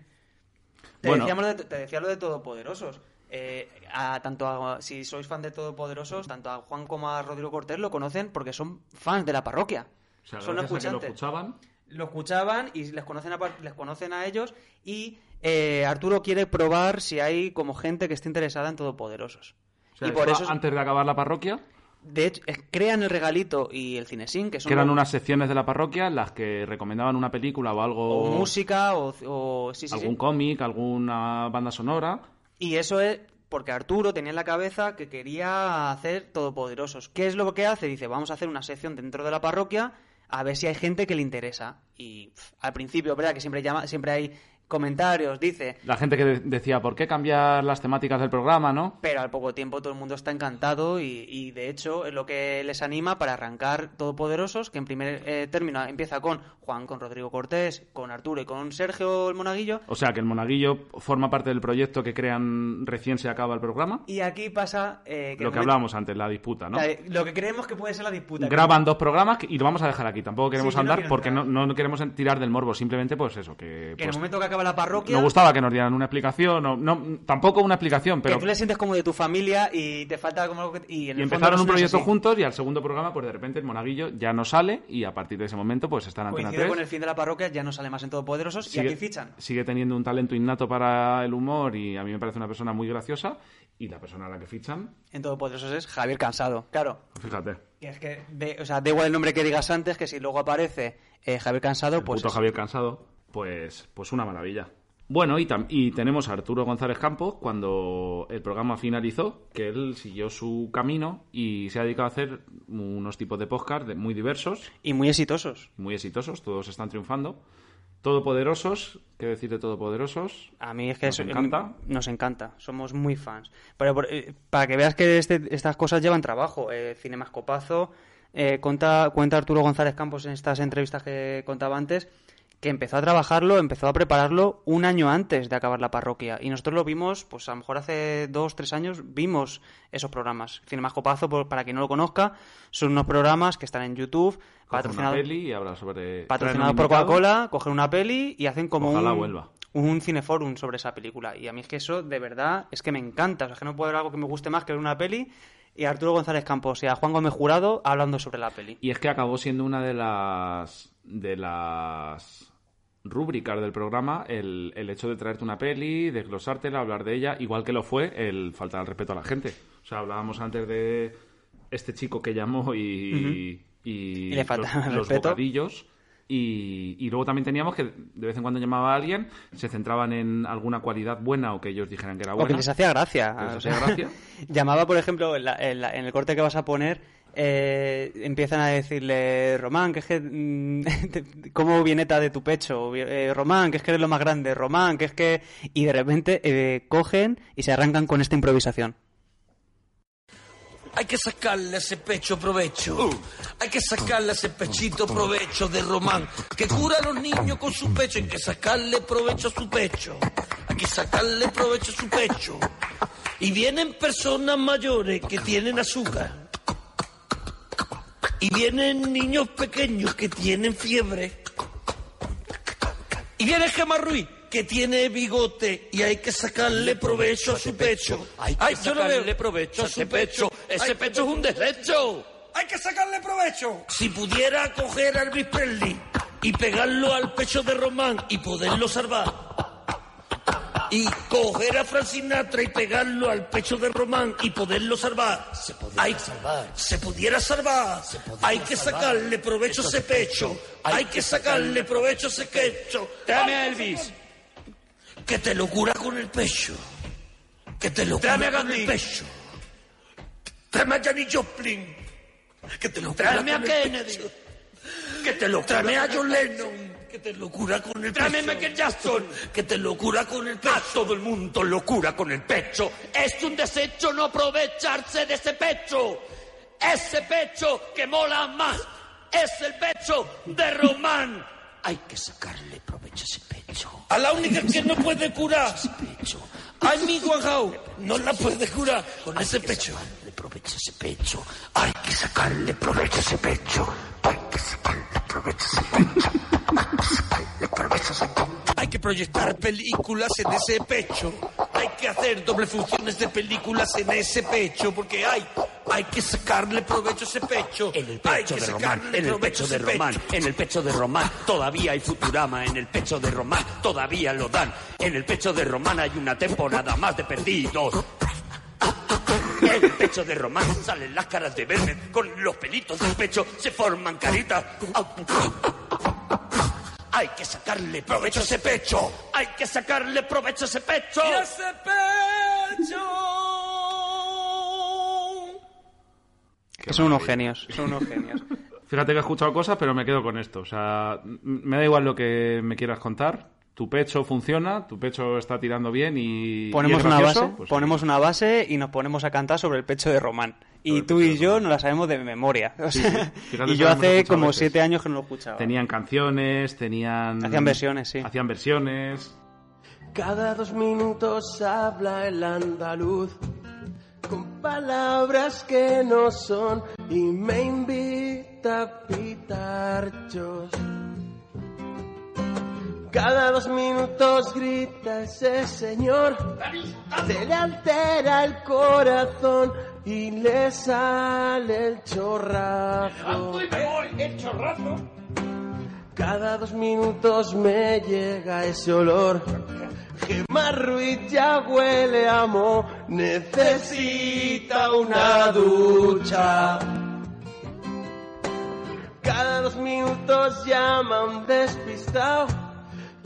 Te,
Bueno.
decíamos de- te decía lo de Todopoderosos. Eh, a, tanto a- si sois fan de Todopoderosos, tanto a Juan como a Rodrigo Cortés lo conocen porque son fans de la parroquia.
O sea, gracias a
son
que lo
escuchantes
escuchaban.
lo escuchaban y les conocen a, par- les conocen a ellos y eh, Arturo quiere probar si hay como gente que esté interesada en Todopoderosos.
O sea,
y por
estaba
eso, es-
antes de acabar la parroquia,
de hecho, es- crean el regalito y el cinesín, que son
que eran
los-
unas secciones de la parroquia en las que recomendaban una película o algo...
o música o, o- sí, sí, sí.
algún cómic, alguna banda sonora.
Y eso es porque Arturo tenía en la cabeza que quería hacer Todopoderosos. ¿Qué es lo que hace? Dice, vamos a hacer una sección dentro de la parroquia a ver si hay gente que le interesa. Y pf, al principio, es ¿verdad? Que siempre, llama, siempre hay comentarios, dice,
La gente que de- decía, ¿por qué cambiar las temáticas del programa, no?
Pero al poco tiempo todo el mundo está encantado y, y, de hecho es lo que les anima para arrancar Todopoderosos, que en primer eh, término empieza con Juan, con Rodrigo Cortés, con Arturo y con Sergio el Monaguillo.
O sea, que el monaguillo forma parte del proyecto que crean recién se acaba el programa.
Y aquí pasa eh,
Lo que hablábamos antes, la disputa, ¿no?
la- eh, lo que creemos que puede ser la disputa.
Graban dos programas y lo vamos a dejar aquí. Tampoco queremos
Sí, que no
andar
quiero
porque no, no queremos tirar del morbo. Simplemente, pues eso, que...
Que en el
pues,
momento que acaba la parroquia,
nos gustaba que nos dieran una explicación. o- no, tampoco una explicación, pero...
que tú le sientes como de tu familia y te falta como algo que... Y, en
Y
el fondo
empezaron
no
un
es
proyecto
así.
juntos y al segundo programa, pues de repente el monaguillo ya no sale y a partir de ese momento pues están Antena
Coincide
3.
con el fin de la parroquia, ya no sale más en Todopoderosos y aquí fichan.
sigue teniendo un talento innato para el humor y a mí me parece una persona muy graciosa. Y la persona a la que fichan,
En Todopoderosos es Javier Cansado, claro.
fíjate,
Que es que, de- o sea, da igual el nombre que digas antes, que si luego aparece eh, Javier Cansado, pues.
puto
es-
Javier Cansado, pues, pues una maravilla. Bueno, y, tam- y tenemos a Arturo González Campos cuando el programa finalizó, que él siguió su camino y se ha dedicado a hacer unos tipos de podcast de- muy diversos.
Y muy exitosos.
muy exitosos, todos están triunfando. Todopoderosos, ¿qué decir de todopoderosos?
A mí es que
Nos
eso- mm,
encanta.
nos encanta, somos muy fans. Pero por- eh, para que veas que este- estas cosas llevan trabajo, eh, Cinemascopazo, eh, cuenta, cuenta Arturo González Campos en estas entrevistas que contaba antes, que empezó a trabajarlo, empezó a prepararlo un año antes de acabar la parroquia. Y nosotros lo vimos, pues a lo mejor hace dos, tres años, vimos esos programas. Cinemascopazo, por- para quien no lo conozca, son unos programas que están en YouTube,
Coge una
patrocinados
peli y habla sobre... traen
patrocinado
un
por
invitado.
Coca-Cola, cogen una peli y hacen como
Ojalá
un,
vuelva.
un cineforum sobre esa película. Y a mí es que eso, de verdad, es que me encanta. O sea, es que no puede haber algo que me guste más que ver una peli y a Arturo González Campos y a Juan Gómez Jurado hablando sobre la peli.
Y es que acabó siendo una de las... de las rúbricas del programa el, el hecho de traerte una peli, desglosártela, hablar de ella, igual que lo fue el faltar al respeto a la gente. O sea, hablábamos antes de este chico que llamó y... y,
Y le faltaba
los,
el
los
respeto.
bocadillos. Y, y luego también teníamos que de vez en cuando llamaba a alguien, se centraban en alguna cualidad buena o que ellos dijeran que era buena.
O que les hacía gracia.
Que les
O
hacía
sea,
gracia.
[LAUGHS] Llamaba, por ejemplo, en, la- en la- en el corte que vas a poner, eh, empiezan a decirle, Román, que es que... mm, [LAUGHS] te- ¿Cómo vieneta de tu pecho? O, eh, Román, que es que eres lo más grande. Román, que es que... Y de repente eh, cogen y se arrancan con esta improvisación.
Hay que sacarle a ese pecho provecho. Hay que sacarle a ese pechito provecho de Román, que cura a los niños con su pecho. Hay que sacarle provecho a su pecho. Hay que sacarle provecho a su pecho. Y vienen personas mayores que tienen azúcar. Y vienen niños pequeños que tienen fiebre. Y viene Gemma Ruiz, que tiene bigote y hay que sacarle provecho a su pecho.
Hay que
Ay, yo lo veo.
sacarle provecho a su pecho. Ese
Ay,
pecho es un desecho. Hay que sacarle provecho.
Si pudiera coger a Elvis Presley y pegarlo al pecho de Román y poderlo salvar. Y coger a Francinatra y pegarlo al pecho de Román y poderlo salvar. Se pudiera salvar. Se pudiera salvar. Hay que sacarle provecho a ese pecho. Hay que sacarle provecho a ese pecho. Dame a Elvis. Que te lo cura con el pecho. Que te lo
Dame
cura
a
con
Gandhi.
el pecho. Dame a Janis Joplin. Que te lo
Tráeme a Kennedy.
que te lo
Tráeme
cura
a
con
John
el pecho.
Lennon.
Que te lo cura con el pecho.
Tráeme a Michael Jackson.
Que te lo cura con el pecho.
Todo el mundo lo cura con el pecho. Es un desecho no aprovecharse de ese pecho. Ese pecho que mola más es el pecho de Román. Hay que sacarle provecho a ese pecho.
A la única que no puede curar. A mi Guanjao no la puede curar con ese pecho.
Le provecho a ese pecho. Hay que sacarle provecho a ese pecho. Hay que sacarle provecho a ese pecho. Hay que sacarle provecho a ese pecho.
Hay que proyectar películas en ese pecho. Hay que hacer doble funciones de películas en ese pecho. Porque hay, hay que sacarle provecho a ese pecho. En el
pecho de Román, en el pecho de Román, en el pecho de Román, todavía hay Futurama, en el pecho de Román, todavía lo dan, en el pecho de Román hay una temporada más de perdidos. En el pecho de Román salen las caras de verme, con los pelitos del pecho se forman caritas. Hay que sacarle provecho a ese pecho, hay que sacarle provecho a ese pecho.
Y ese pecho.
Son unos genios, son unos [LAUGHS] genios.
Fíjate que he escuchado cosas, pero me quedo con esto. O sea, m- me da igual lo que me quieras contar. Tu pecho funciona, tu pecho está tirando bien y. y
Ponemos
es
una
gracioso,
base,
pues-
ponemos una base y nos ponemos a cantar sobre el pecho de Román. Y tú y yo no la sabemos de memoria. [LAUGHS] O
Sí,
sea,
sí. Fíjate
Y
que
yo
lo hemos
hace
escuchado
como
veces.
siete años que no lo escuchaba.
Tenían canciones, tenían.
Hacían versiones, sí.
Hacían versiones.
Cada dos minutos habla el andaluz con palabras que no son y me invita a pitarchos. Cada dos minutos grita ese señor, se le altera el corazón y le sale el chorrazo. Cada dos minutos me llega ese olor. Gemma Ruiz ya huele a mo, necesita una ducha. Cada dos minutos llama a un despistado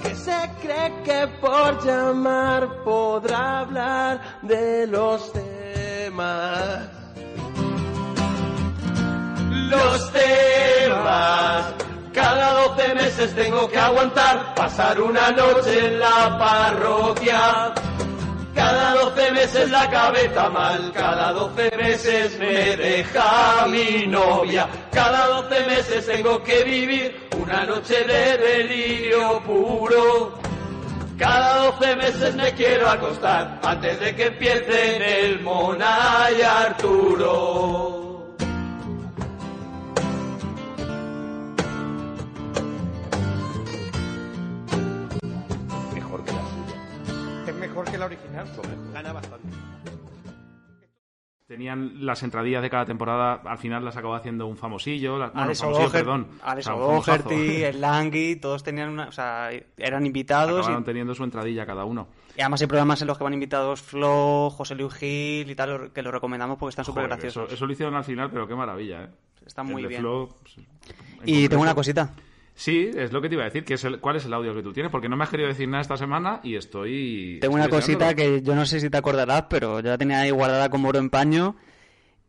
que se cree que por llamar podrá hablar de los temas. Los temas. Cada 12 meses tengo que aguantar pasar una noche en la parroquia. Cada 12 meses la cabeza mal, cada 12 meses me deja mi novia. Cada 12 meses tengo que vivir una noche de delirio puro. Cada 12 meses me quiero acostar antes de que empiecen el Mona y Arturo.
Mejor que la Es mejor que la original. Gana bastante.
Tenían las entradillas de cada temporada, al final las acabó haciendo un famosillo. Las, bueno,
Alex
famosillo,
O'Doher-
perdón.
Alex
O sea, un famosazo.
O'Doherty,
[LAUGHS]
Slangy, todos tenían una. O sea, eran invitados.
Acabaron
Y,
teniendo su entradilla cada uno.
y además hay programas en los que van invitados Flo, José Luis Gil y tal, que lo recomendamos porque están súper
Joder,
graciosos.
Eso, eso lo hicieron al final, pero qué maravilla, ¿eh?
Está
El
muy
de
bien.
Flo, pues, en
Y
concreto.
tengo una cosita.
Sí, es lo que te iba a decir, que es el- cuál es el audio que tú tienes, porque no me has querido decir nada esta semana y estoy...
Tengo una
estoy
cosita
deseándolo.
que yo no sé si te acordarás, pero yo la tenía ahí guardada como oro en paño.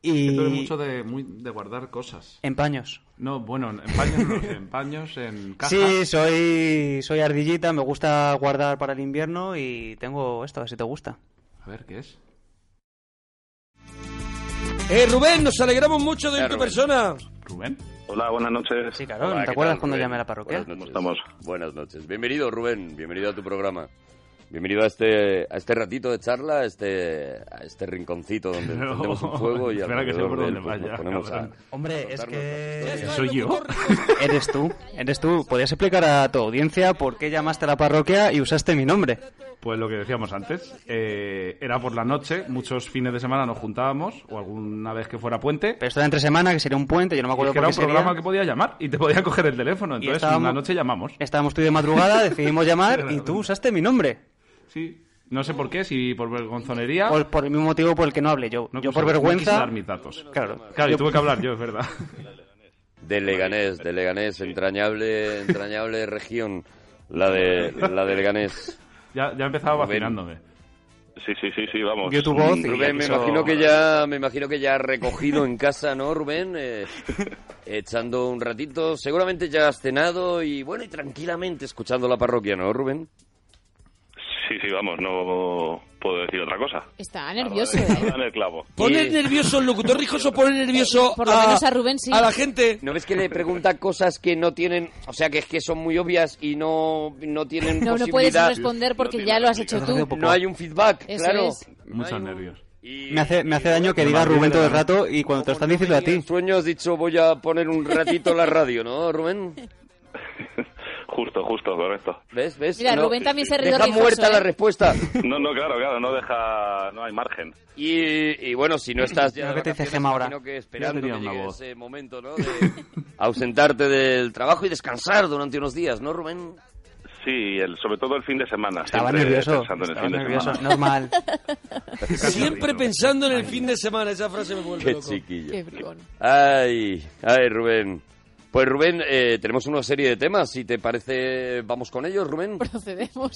Que tú eres
Y.
mucho de, muy- de guardar cosas.
En paños.
No, bueno, en paños no, en paños, en cajas.
Sí, soy, soy ardillita, me gusta guardar para el invierno y tengo esto, a ver si te gusta.
A ver, ¿qué es?
Eh, Rubén, nos alegramos mucho de
Eh,
ir tu
Rubén.
persona.
Rubén. Hola, buenas noches.
Sí,
claro,
¿no te acuerdas cuando llamé a la parroquia?
Pues,
¿Cómo estamos?
Buenas noches. Bienvenido, Rubén. Bienvenido a tu programa. Bienvenido a este, a este ratito de charla, a este, a este
[LAUGHS]
rinconcito
[LAUGHS]
donde
No.
encendemos un fuego y
Espera que sé
alrededor
por
de él,
dónde
pues,
vaya,
nos ponemos a...
cabrón.
Hombre,
[LAUGHS]
es que...
¿Soy yo?
Eres tú, eres tú. ¿Podrías explicar a tu audiencia por qué llamaste a la parroquia y usaste mi nombre?
[LAUGHS] Pues lo que decíamos antes, eh, era por la noche, muchos fines de semana nos juntábamos, o alguna vez que fuera puente.
Pero esto de entre semana, que sería un puente, yo no me acuerdo
es que
por
era
qué
un
sería.
programa que podía llamar y te podía coger el teléfono, entonces
estábamos-
una noche llamamos.
Estábamos tú y
[LAUGHS]
de madrugada, decidimos llamar y tú usaste mi nombre.
Sí, no sé por qué, si por vergonzonería...
Por, por el mismo motivo por el que no hablé yo. yo por
quise- no quise
vergüenza...
dar mis datos.
Claro.
Claro, y
Yo-
tuve que hablar yo, es
[LAUGHS]
verdad.
De Leganés, de Leganés, [LAUGHS] entrañable, entrañable región, la de, la de Leganés.
Ya, ya empezaba
Rubén.
vacilándome.
Sí, sí, sí, sí, vamos.
Yo
tu voz y
Rubén, me
eso-
imagino que ya, me imagino que ya has recogido en casa, ¿no, Rubén? [LAUGHS] Eh, echando un ratito, seguramente ya has cenado y bueno, y tranquilamente escuchando la parroquia, ¿no, Rubén?
Sí, sí, vamos, no puedo decir otra cosa.
Ah,
Está nervioso,
Ha
¿eh?
dado en el clavo.
Pone
Y-
nervioso el locutor rijoso, pone nervioso
Por
[LAUGHS]
lo
a,
menos a Rubén sí.
a la gente.
¿No ves que le pregunta cosas que no tienen, o sea, que es que son muy obvias y no, no tienen
No, no puedes
posibilidad?
responder porque ya lo has hecho tú. [LAUGHS]
No hay un feedback,
Eso
claro.
es.
Muchos nervios.
Me hace, me hace daño que diga Rubén todo el rato y cuando te lo están diciendo a ti.
Sueño has dicho, voy a poner un ratito la radio, ¿no, Rubén?
Justo, justo, correcto.
¿Ves? ¿Ves?
Mira, Rubén también se ha reído
Deja
rijoso,
muerta
¿eh?
la respuesta.
No, no, claro, claro, no deja, no hay margen.
Y, y bueno, si no estás ya
Lo
de
que te dice
vacaciones,
Gemma ahora.
imagino que esperando
Yo tenía
que
una
llegue
voz.
ese momento, ¿no? De [LAUGHS] ausentarte del trabajo y descansar durante unos días, ¿no, Rubén?
Sí, el, sobre todo el fin de semana.
Estaba
siempre
nervioso.
pensando en el
Estaba
fin de
nervioso,
semana. [LAUGHS]
normal.
Siempre pensando en el fin de semana, esa frase me vuelve
Qué
loco.
chiquillo. Ay, ay, Rubén. Pues Rubén, eh, tenemos una serie de temas. Si te parece, vamos con ellos, Rubén.
[LAUGHS] Procedemos.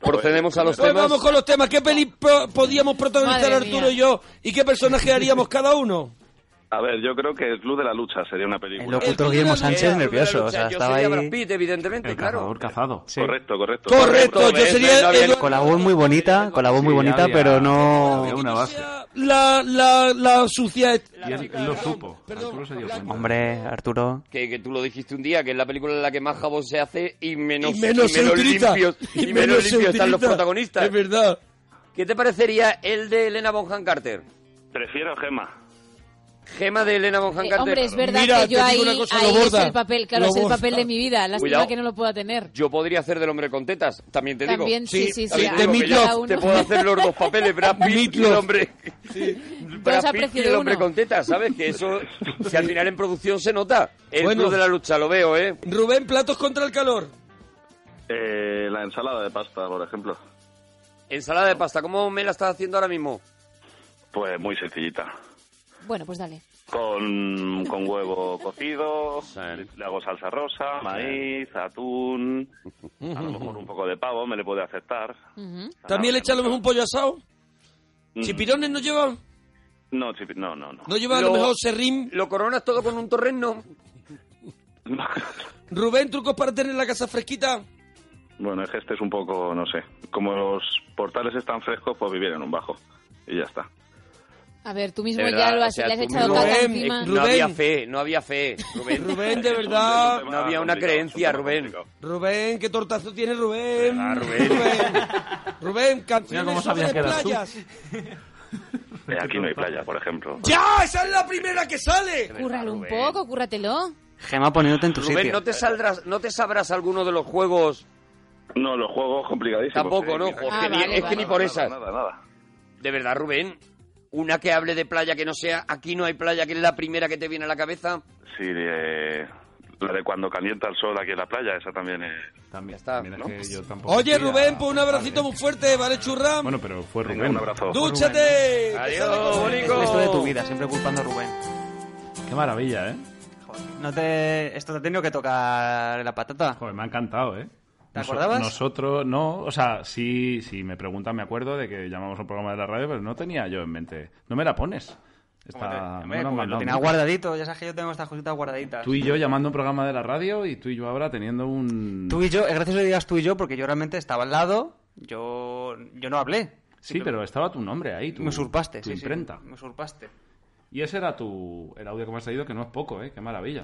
Procedemos a los
Pues
temas.
vamos con los temas. ¿Qué peli po- podíamos protagonizar
Madre
Arturo
mía.
y yo? ¿Y qué personaje haríamos cada uno?
A ver, yo creo que el Club de la Lucha sería una película.
El locutor Guillermo Sánchez nervioso, o sea, estaba ahí...
evidentemente, claro.
cazado.
Correcto, correcto.
Correcto, yo
¿ves?
sería
No había-
Edu-
Con la voz muy bonita, con la voz muy
Sí,
bonita,
había-
pero no...
había una base.
la, la, la sucia.
Y él, él lo supo. Arturo se dio cuenta.
Hombre, Arturo...
Que, que tú lo dijiste un día, que es la película en la que más jabón se hace y menos,
Y menos se utiliza.
limpios, y menos
se
limpios están los
utiliza.
protagonistas.
Es verdad.
¿Qué te parecería el de Elena Bonham Carter?
Prefiero Gema.
Gema de Elena Bonham
Eh,
Carter.
[LAUGHS] hombre, es verdad
Mira,
que yo
te
ahí,
digo una cosa,
ahí
lo
es
borda.
el papel, claro,
Lo
es el
borda.
papel de mi
[LAUGHS]
vida. Lástima
Cuidado.
que no lo pueda tener.
Yo podría hacer del hombre con tetas, también te
También,
digo.
sí, sí, sí,
También
a
te digo
Meat
que ya
Loaf.
Te puedo hacer los dos papeles,
[LAUGHS]
Brad Pitt y el
Loaf.
hombre.
Dos a
Brad Pitt y
precio
el
de
hombre
uno.
con tetas, ¿sabes? Que eso, si al final en producción se nota. El
Bueno.
club de la lucha, lo veo, ¿eh?
Rubén, platos contra el calor.
Eh, la ensalada de pasta, por ejemplo.
Ensalada de pasta, ¿cómo me la estás haciendo ahora mismo?
Pues muy sencillita.
Bueno, pues dale.
Con, Mm, con huevo cocido, le hago salsa rosa, maíz, atún, a lo mejor un poco de pavo me le puede aceptar.
Ujú.
También le echamos un pollo asado.
Mm,
Chipirones no llevan.
No, chipi- no, no, no.
No llevan a lo
Lo-
mejor serrín.
¿Lo coronas todo con un torreno?
Rubén, trucos para tener la casa fresquita.
Bueno, es que este es un poco, no sé, como los portales están frescos, pues vivir en un bajo. Y ya está.
A ver, tú mismo
De
ya
verdad,
lo
o
has,
sea,
le has
tú
echado
mismo-
caca
Rubén,
encima.
No había
Rubén.
fe, no había fe, [LAUGHS] Rubén.
Rubén, de
Es
verdad.
un tema
No había una
complicado,
creencia,
es un tema
Rubén.
complicado.
Rubén, qué tortazo tiene Rubén.
Ah, Rubén.
Rubén, canciones
Mira cómo
sobre
sabía que eras tú.
playas.
Eh, aquí no hay playa, por ejemplo.
¡Ya! ¡Esa es la primera que
Eh,
sale!
Cúrralo un
Rubén.
poco, cúrratelo.
Gema poniéndote en tu
Rubén, ¿no
sitio.
te, saldrás, ¿no te sabrás alguno de los juegos?
No, los juegos
pues,
complicadísimos.
Tampoco,
eh,
¿no?
mira,
Jorge,
Ah,
ni-
vale,
es que ni
vale.
por
nada,
esas.
Nada, nada.
De verdad, Rubén, una que hable de playa que no sea aquí no hay playa, que es la primera que te viene a la cabeza.
Sí, de- la de cuando calienta el sol aquí en la playa, esa también eh. es...
También,
está,
también es
¿no?
que yo tampoco
Oye,
quería- ¿eh?
Rubén, pues un abracito muy fuerte, ¿vale, churra?
Bueno, pero fue
Venga,
Rubén.
un abrazo.
¡Dúchate! que
Adiós,
sale con-
bonito.
El resto de tu vida, siempre culpando a Rubén.
Qué maravilla, ¿eh?
No te... Esto te ha tenido que tocar la patata.
Joder, me ha encantado, ¿eh?
¿Te
Noso-
acordabas?
Nosotros no, o sea, sí, sí, me preguntan, me acuerdo de que llamamos a un programa de la radio, pero no tenía yo en mente. No me la pones. Está,
Hombre,
me la han
como
mandado.
lo tenía guardadito, ya sabes que yo tengo estas cositas guardaditas.
Tú y yo llamando a un programa de la radio y tú y yo ahora teniendo un...
Tú y yo, es gracioso que digas tú y yo, porque yo realmente estaba al lado, yo, yo no hablé.
Sí, pero estaba tu nombre ahí. Tu,
me usurpaste,
tu
sí, sí,
imprenta.
me usurpaste.
Y ese era tu, el audio que me has traído, que no es poco, ¿eh? Qué maravilla.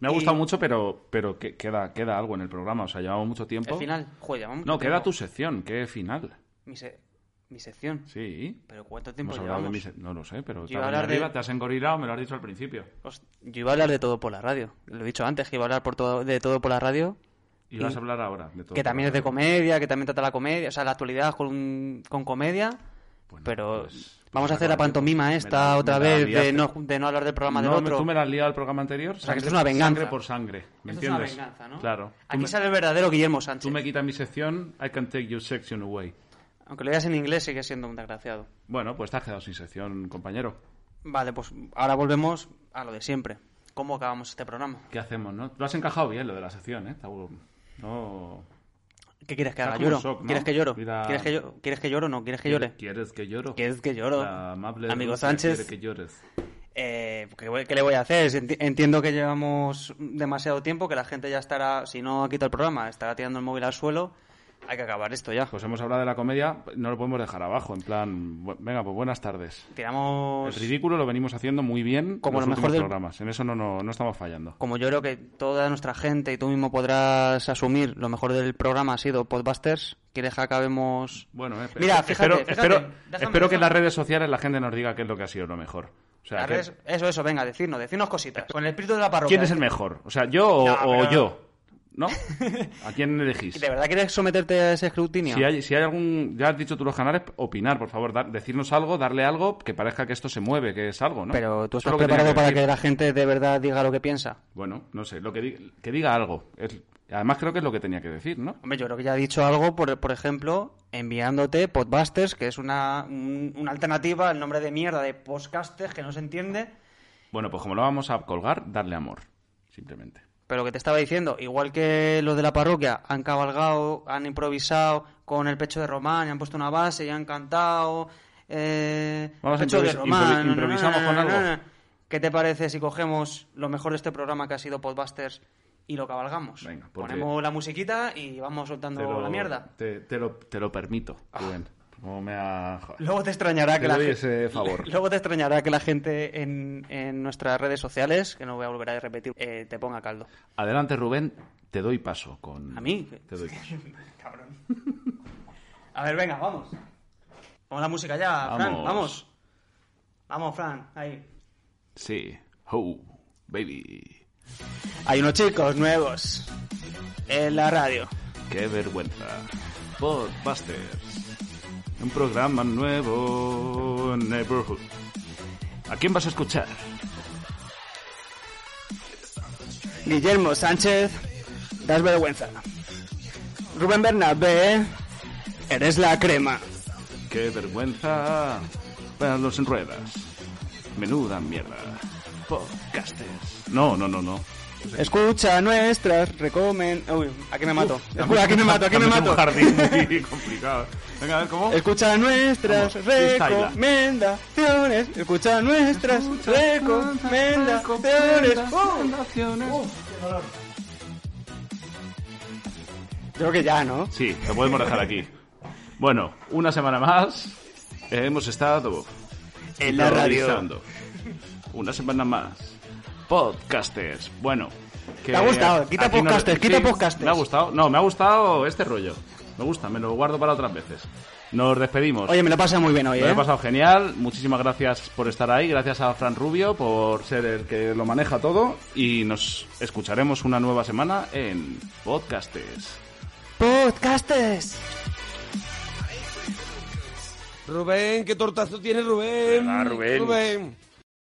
Me ha gustado
Y-
mucho, pero, pero que- queda, queda algo en el programa. O sea, llevamos mucho tiempo.
El final, joder, llevamos
No,
mucho
queda
tiempo.
tu sección. ¿Qué final?
Mi, se- mi sección.
Sí.
¿Pero cuánto tiempo
Hemos hablado de
llevamos?
mi se- No lo sé, pero
Yo
te,
iba
has venido
a hablar de-
arriba, te has engorilado, me lo has dicho al principio.
Yo iba a hablar de todo por la radio. Lo he dicho antes, que iba a hablar por todo, de todo por la radio.
Y vas a hablar ahora de todo
Que
por la
también es de comedia, que también trata la comedia, o sea, la actualidad con, con comedia. pero
pues,
vamos a hacer la pantomima esta
me la-
otra
me la
vez de
liaste.
no, de no hablar del programa del
No,
otro.
Tú me la has liado al programa anterior.
O sea, que esto es una venganza.
Sangre por sangre. ¿Me
Esto es una
entiendes?
venganza, ¿no?
Claro.
Aquí sale el verdadero Guillermo Sánchez.
Tú me quitas mi sección, I can take your section away.
Aunque lo digas en inglés, sigue siendo un desgraciado.
Bueno, pues te has quedado sin sección, compañero.
Vale, pues ahora volvemos a lo de siempre. ¿Cómo acabamos este programa?
¿Qué hacemos, no? Lo has encajado bien, lo de la sección, ¿eh? Está bu- No...
¿Qué quieres que
Está
haga?
como
¿Lloro?
shock, ¿no?
¿Quieres que lloro?
Mira-
¿Quieres, que yo- ¿Quieres que lloro o no? ¿Quieres que llore?
¿Quieres que lloro?
¿Quieres que lloro?
La amable
Amigo
Rusia
Sánchez.
quiere que llores.
Eh, ¿qué, voy- qué le voy a hacer? Si enti- Entiendo que llevamos demasiado tiempo, que la gente ya estará, si no ha quitado el programa, estará tirando el móvil al suelo. Hay que acabar esto ya.
Pues hemos hablado de la comedia, no lo podemos dejar abajo, en plan... bu- Venga, pues buenas tardes.
Tiramos...
El ridículo lo venimos haciendo muy bien
Como
en los
lo mejor
últimos
del-
programas. En eso no, no, no estamos fallando.
Como yo creo que toda nuestra gente y tú mismo podrás asumir, lo mejor del programa ha sido Podbusters. ¿Quieres que acabemos...?
Bueno, eh,
Mira,
espe-
fíjate,
espero,
fíjate.
espero,
Déjame,
espero que en
déjame.
las redes sociales la gente nos diga qué es lo que ha sido lo mejor. O sea,
Las
que-
redes- Eso, eso, venga, decirnos, decirnos cositas. Con el espíritu de la parroquia.
¿quién es el mejor? O sea, yo o,
No,
o
pero-
yo.
[LAUGHS]
¿No? ¿A quién elegís?
¿De verdad quieres someterte a ese escrutinio?
Si hay, si hay algún, ya has dicho tú los canales, opinar, por favor, dar- decirnos algo, darle algo que parezca que esto se mueve, que es algo, ¿no?
Pero
Eso
tú
es
estás
lo
preparado
tenía
para
decir.
que la gente de verdad diga lo que piensa.
Bueno, no sé, lo que, di- que diga algo. Es- además creo que es lo que tenía que decir, ¿no?
Hombre, yo creo que ya ha dicho algo, por, por ejemplo, enviándote Podbusters, que es una, un- una alternativa al nombre de mierda de Podcasters que no se entiende.
Bueno, pues como lo vamos a colgar, darle amor, simplemente.
Pero lo que te estaba diciendo, igual que los de la parroquia han cabalgado, han improvisado con el pecho de Román, y han puesto una base y han cantado. eh,
Vamos a
pecho de
improvis-
Román.
improvi- improvisamos con algo.
¿Qué te parece si cogemos lo mejor de este programa que ha sido Podbusters y lo cabalgamos?
Venga, porque-
Ponemos la musiquita y vamos soltando la mierda.
Te, te lo, te lo permito, Rubén. Como me ha- joder.
Luego te extrañará que la
doy
gen-
ese favor.
[LAUGHS] Luego te extrañará que la gente en, en nuestras redes sociales, que no voy a volver a repetir, eh, te ponga caldo.
Adelante, Rubén, te doy paso con...
¿A mí?
Te doy paso.
Cabrón. A ver, venga, vamos. Pon la música ya, Fran,
Vamos.
vamos. Vamos, Fran, ahí.
Sí. Oh, baby.
Hay unos chicos nuevos en la radio.
Qué vergüenza. Podbusters. Un programa nuevo en Neighborhood. ¿A quién vas a escuchar?
Guillermo Sánchez, das vergüenza. Rubén Bernabé, eres la crema.
Qué vergüenza para los en ruedas. Menuda mierda. Podcasters. No, no, no, no.
Escucha nuestras recomen... Uy, aquí me mato. Uy, aquí me mato, aquí me
Estamos en
mato.
un jardín muy [LAUGHS] complicado. Venga, a ver cómo.
Escucha nuestras
Vamos, freestyla.
recomendaciones. Escucha nuestras recomendaciones. Oh, Creo que ya, ¿no?
Sí, lo podemos dejar aquí. Bueno, una semana más eh, hemos estado
En la radio.
improvisando. Una semana más. Podcasters. Bueno. que
Te ha gustado. Quita
aquí no-
podcasters, quita
sí,
podcasters.
Me ha gustado. No, me ha gustado este rollo. Me gusta, me lo guardo para otras veces. Nos despedimos.
Oye, me lo pasa muy bien hoy,
Lo
¿eh?
he pasado genial. Muchísimas gracias por estar ahí. Gracias a Fran Rubio por ser el que lo maneja todo. Y nos escucharemos una nueva semana en Podcastes.
Podcastes.
Rubén, qué tortazo tiene Rubén.
¿Verdad, Rubén?
Rubén.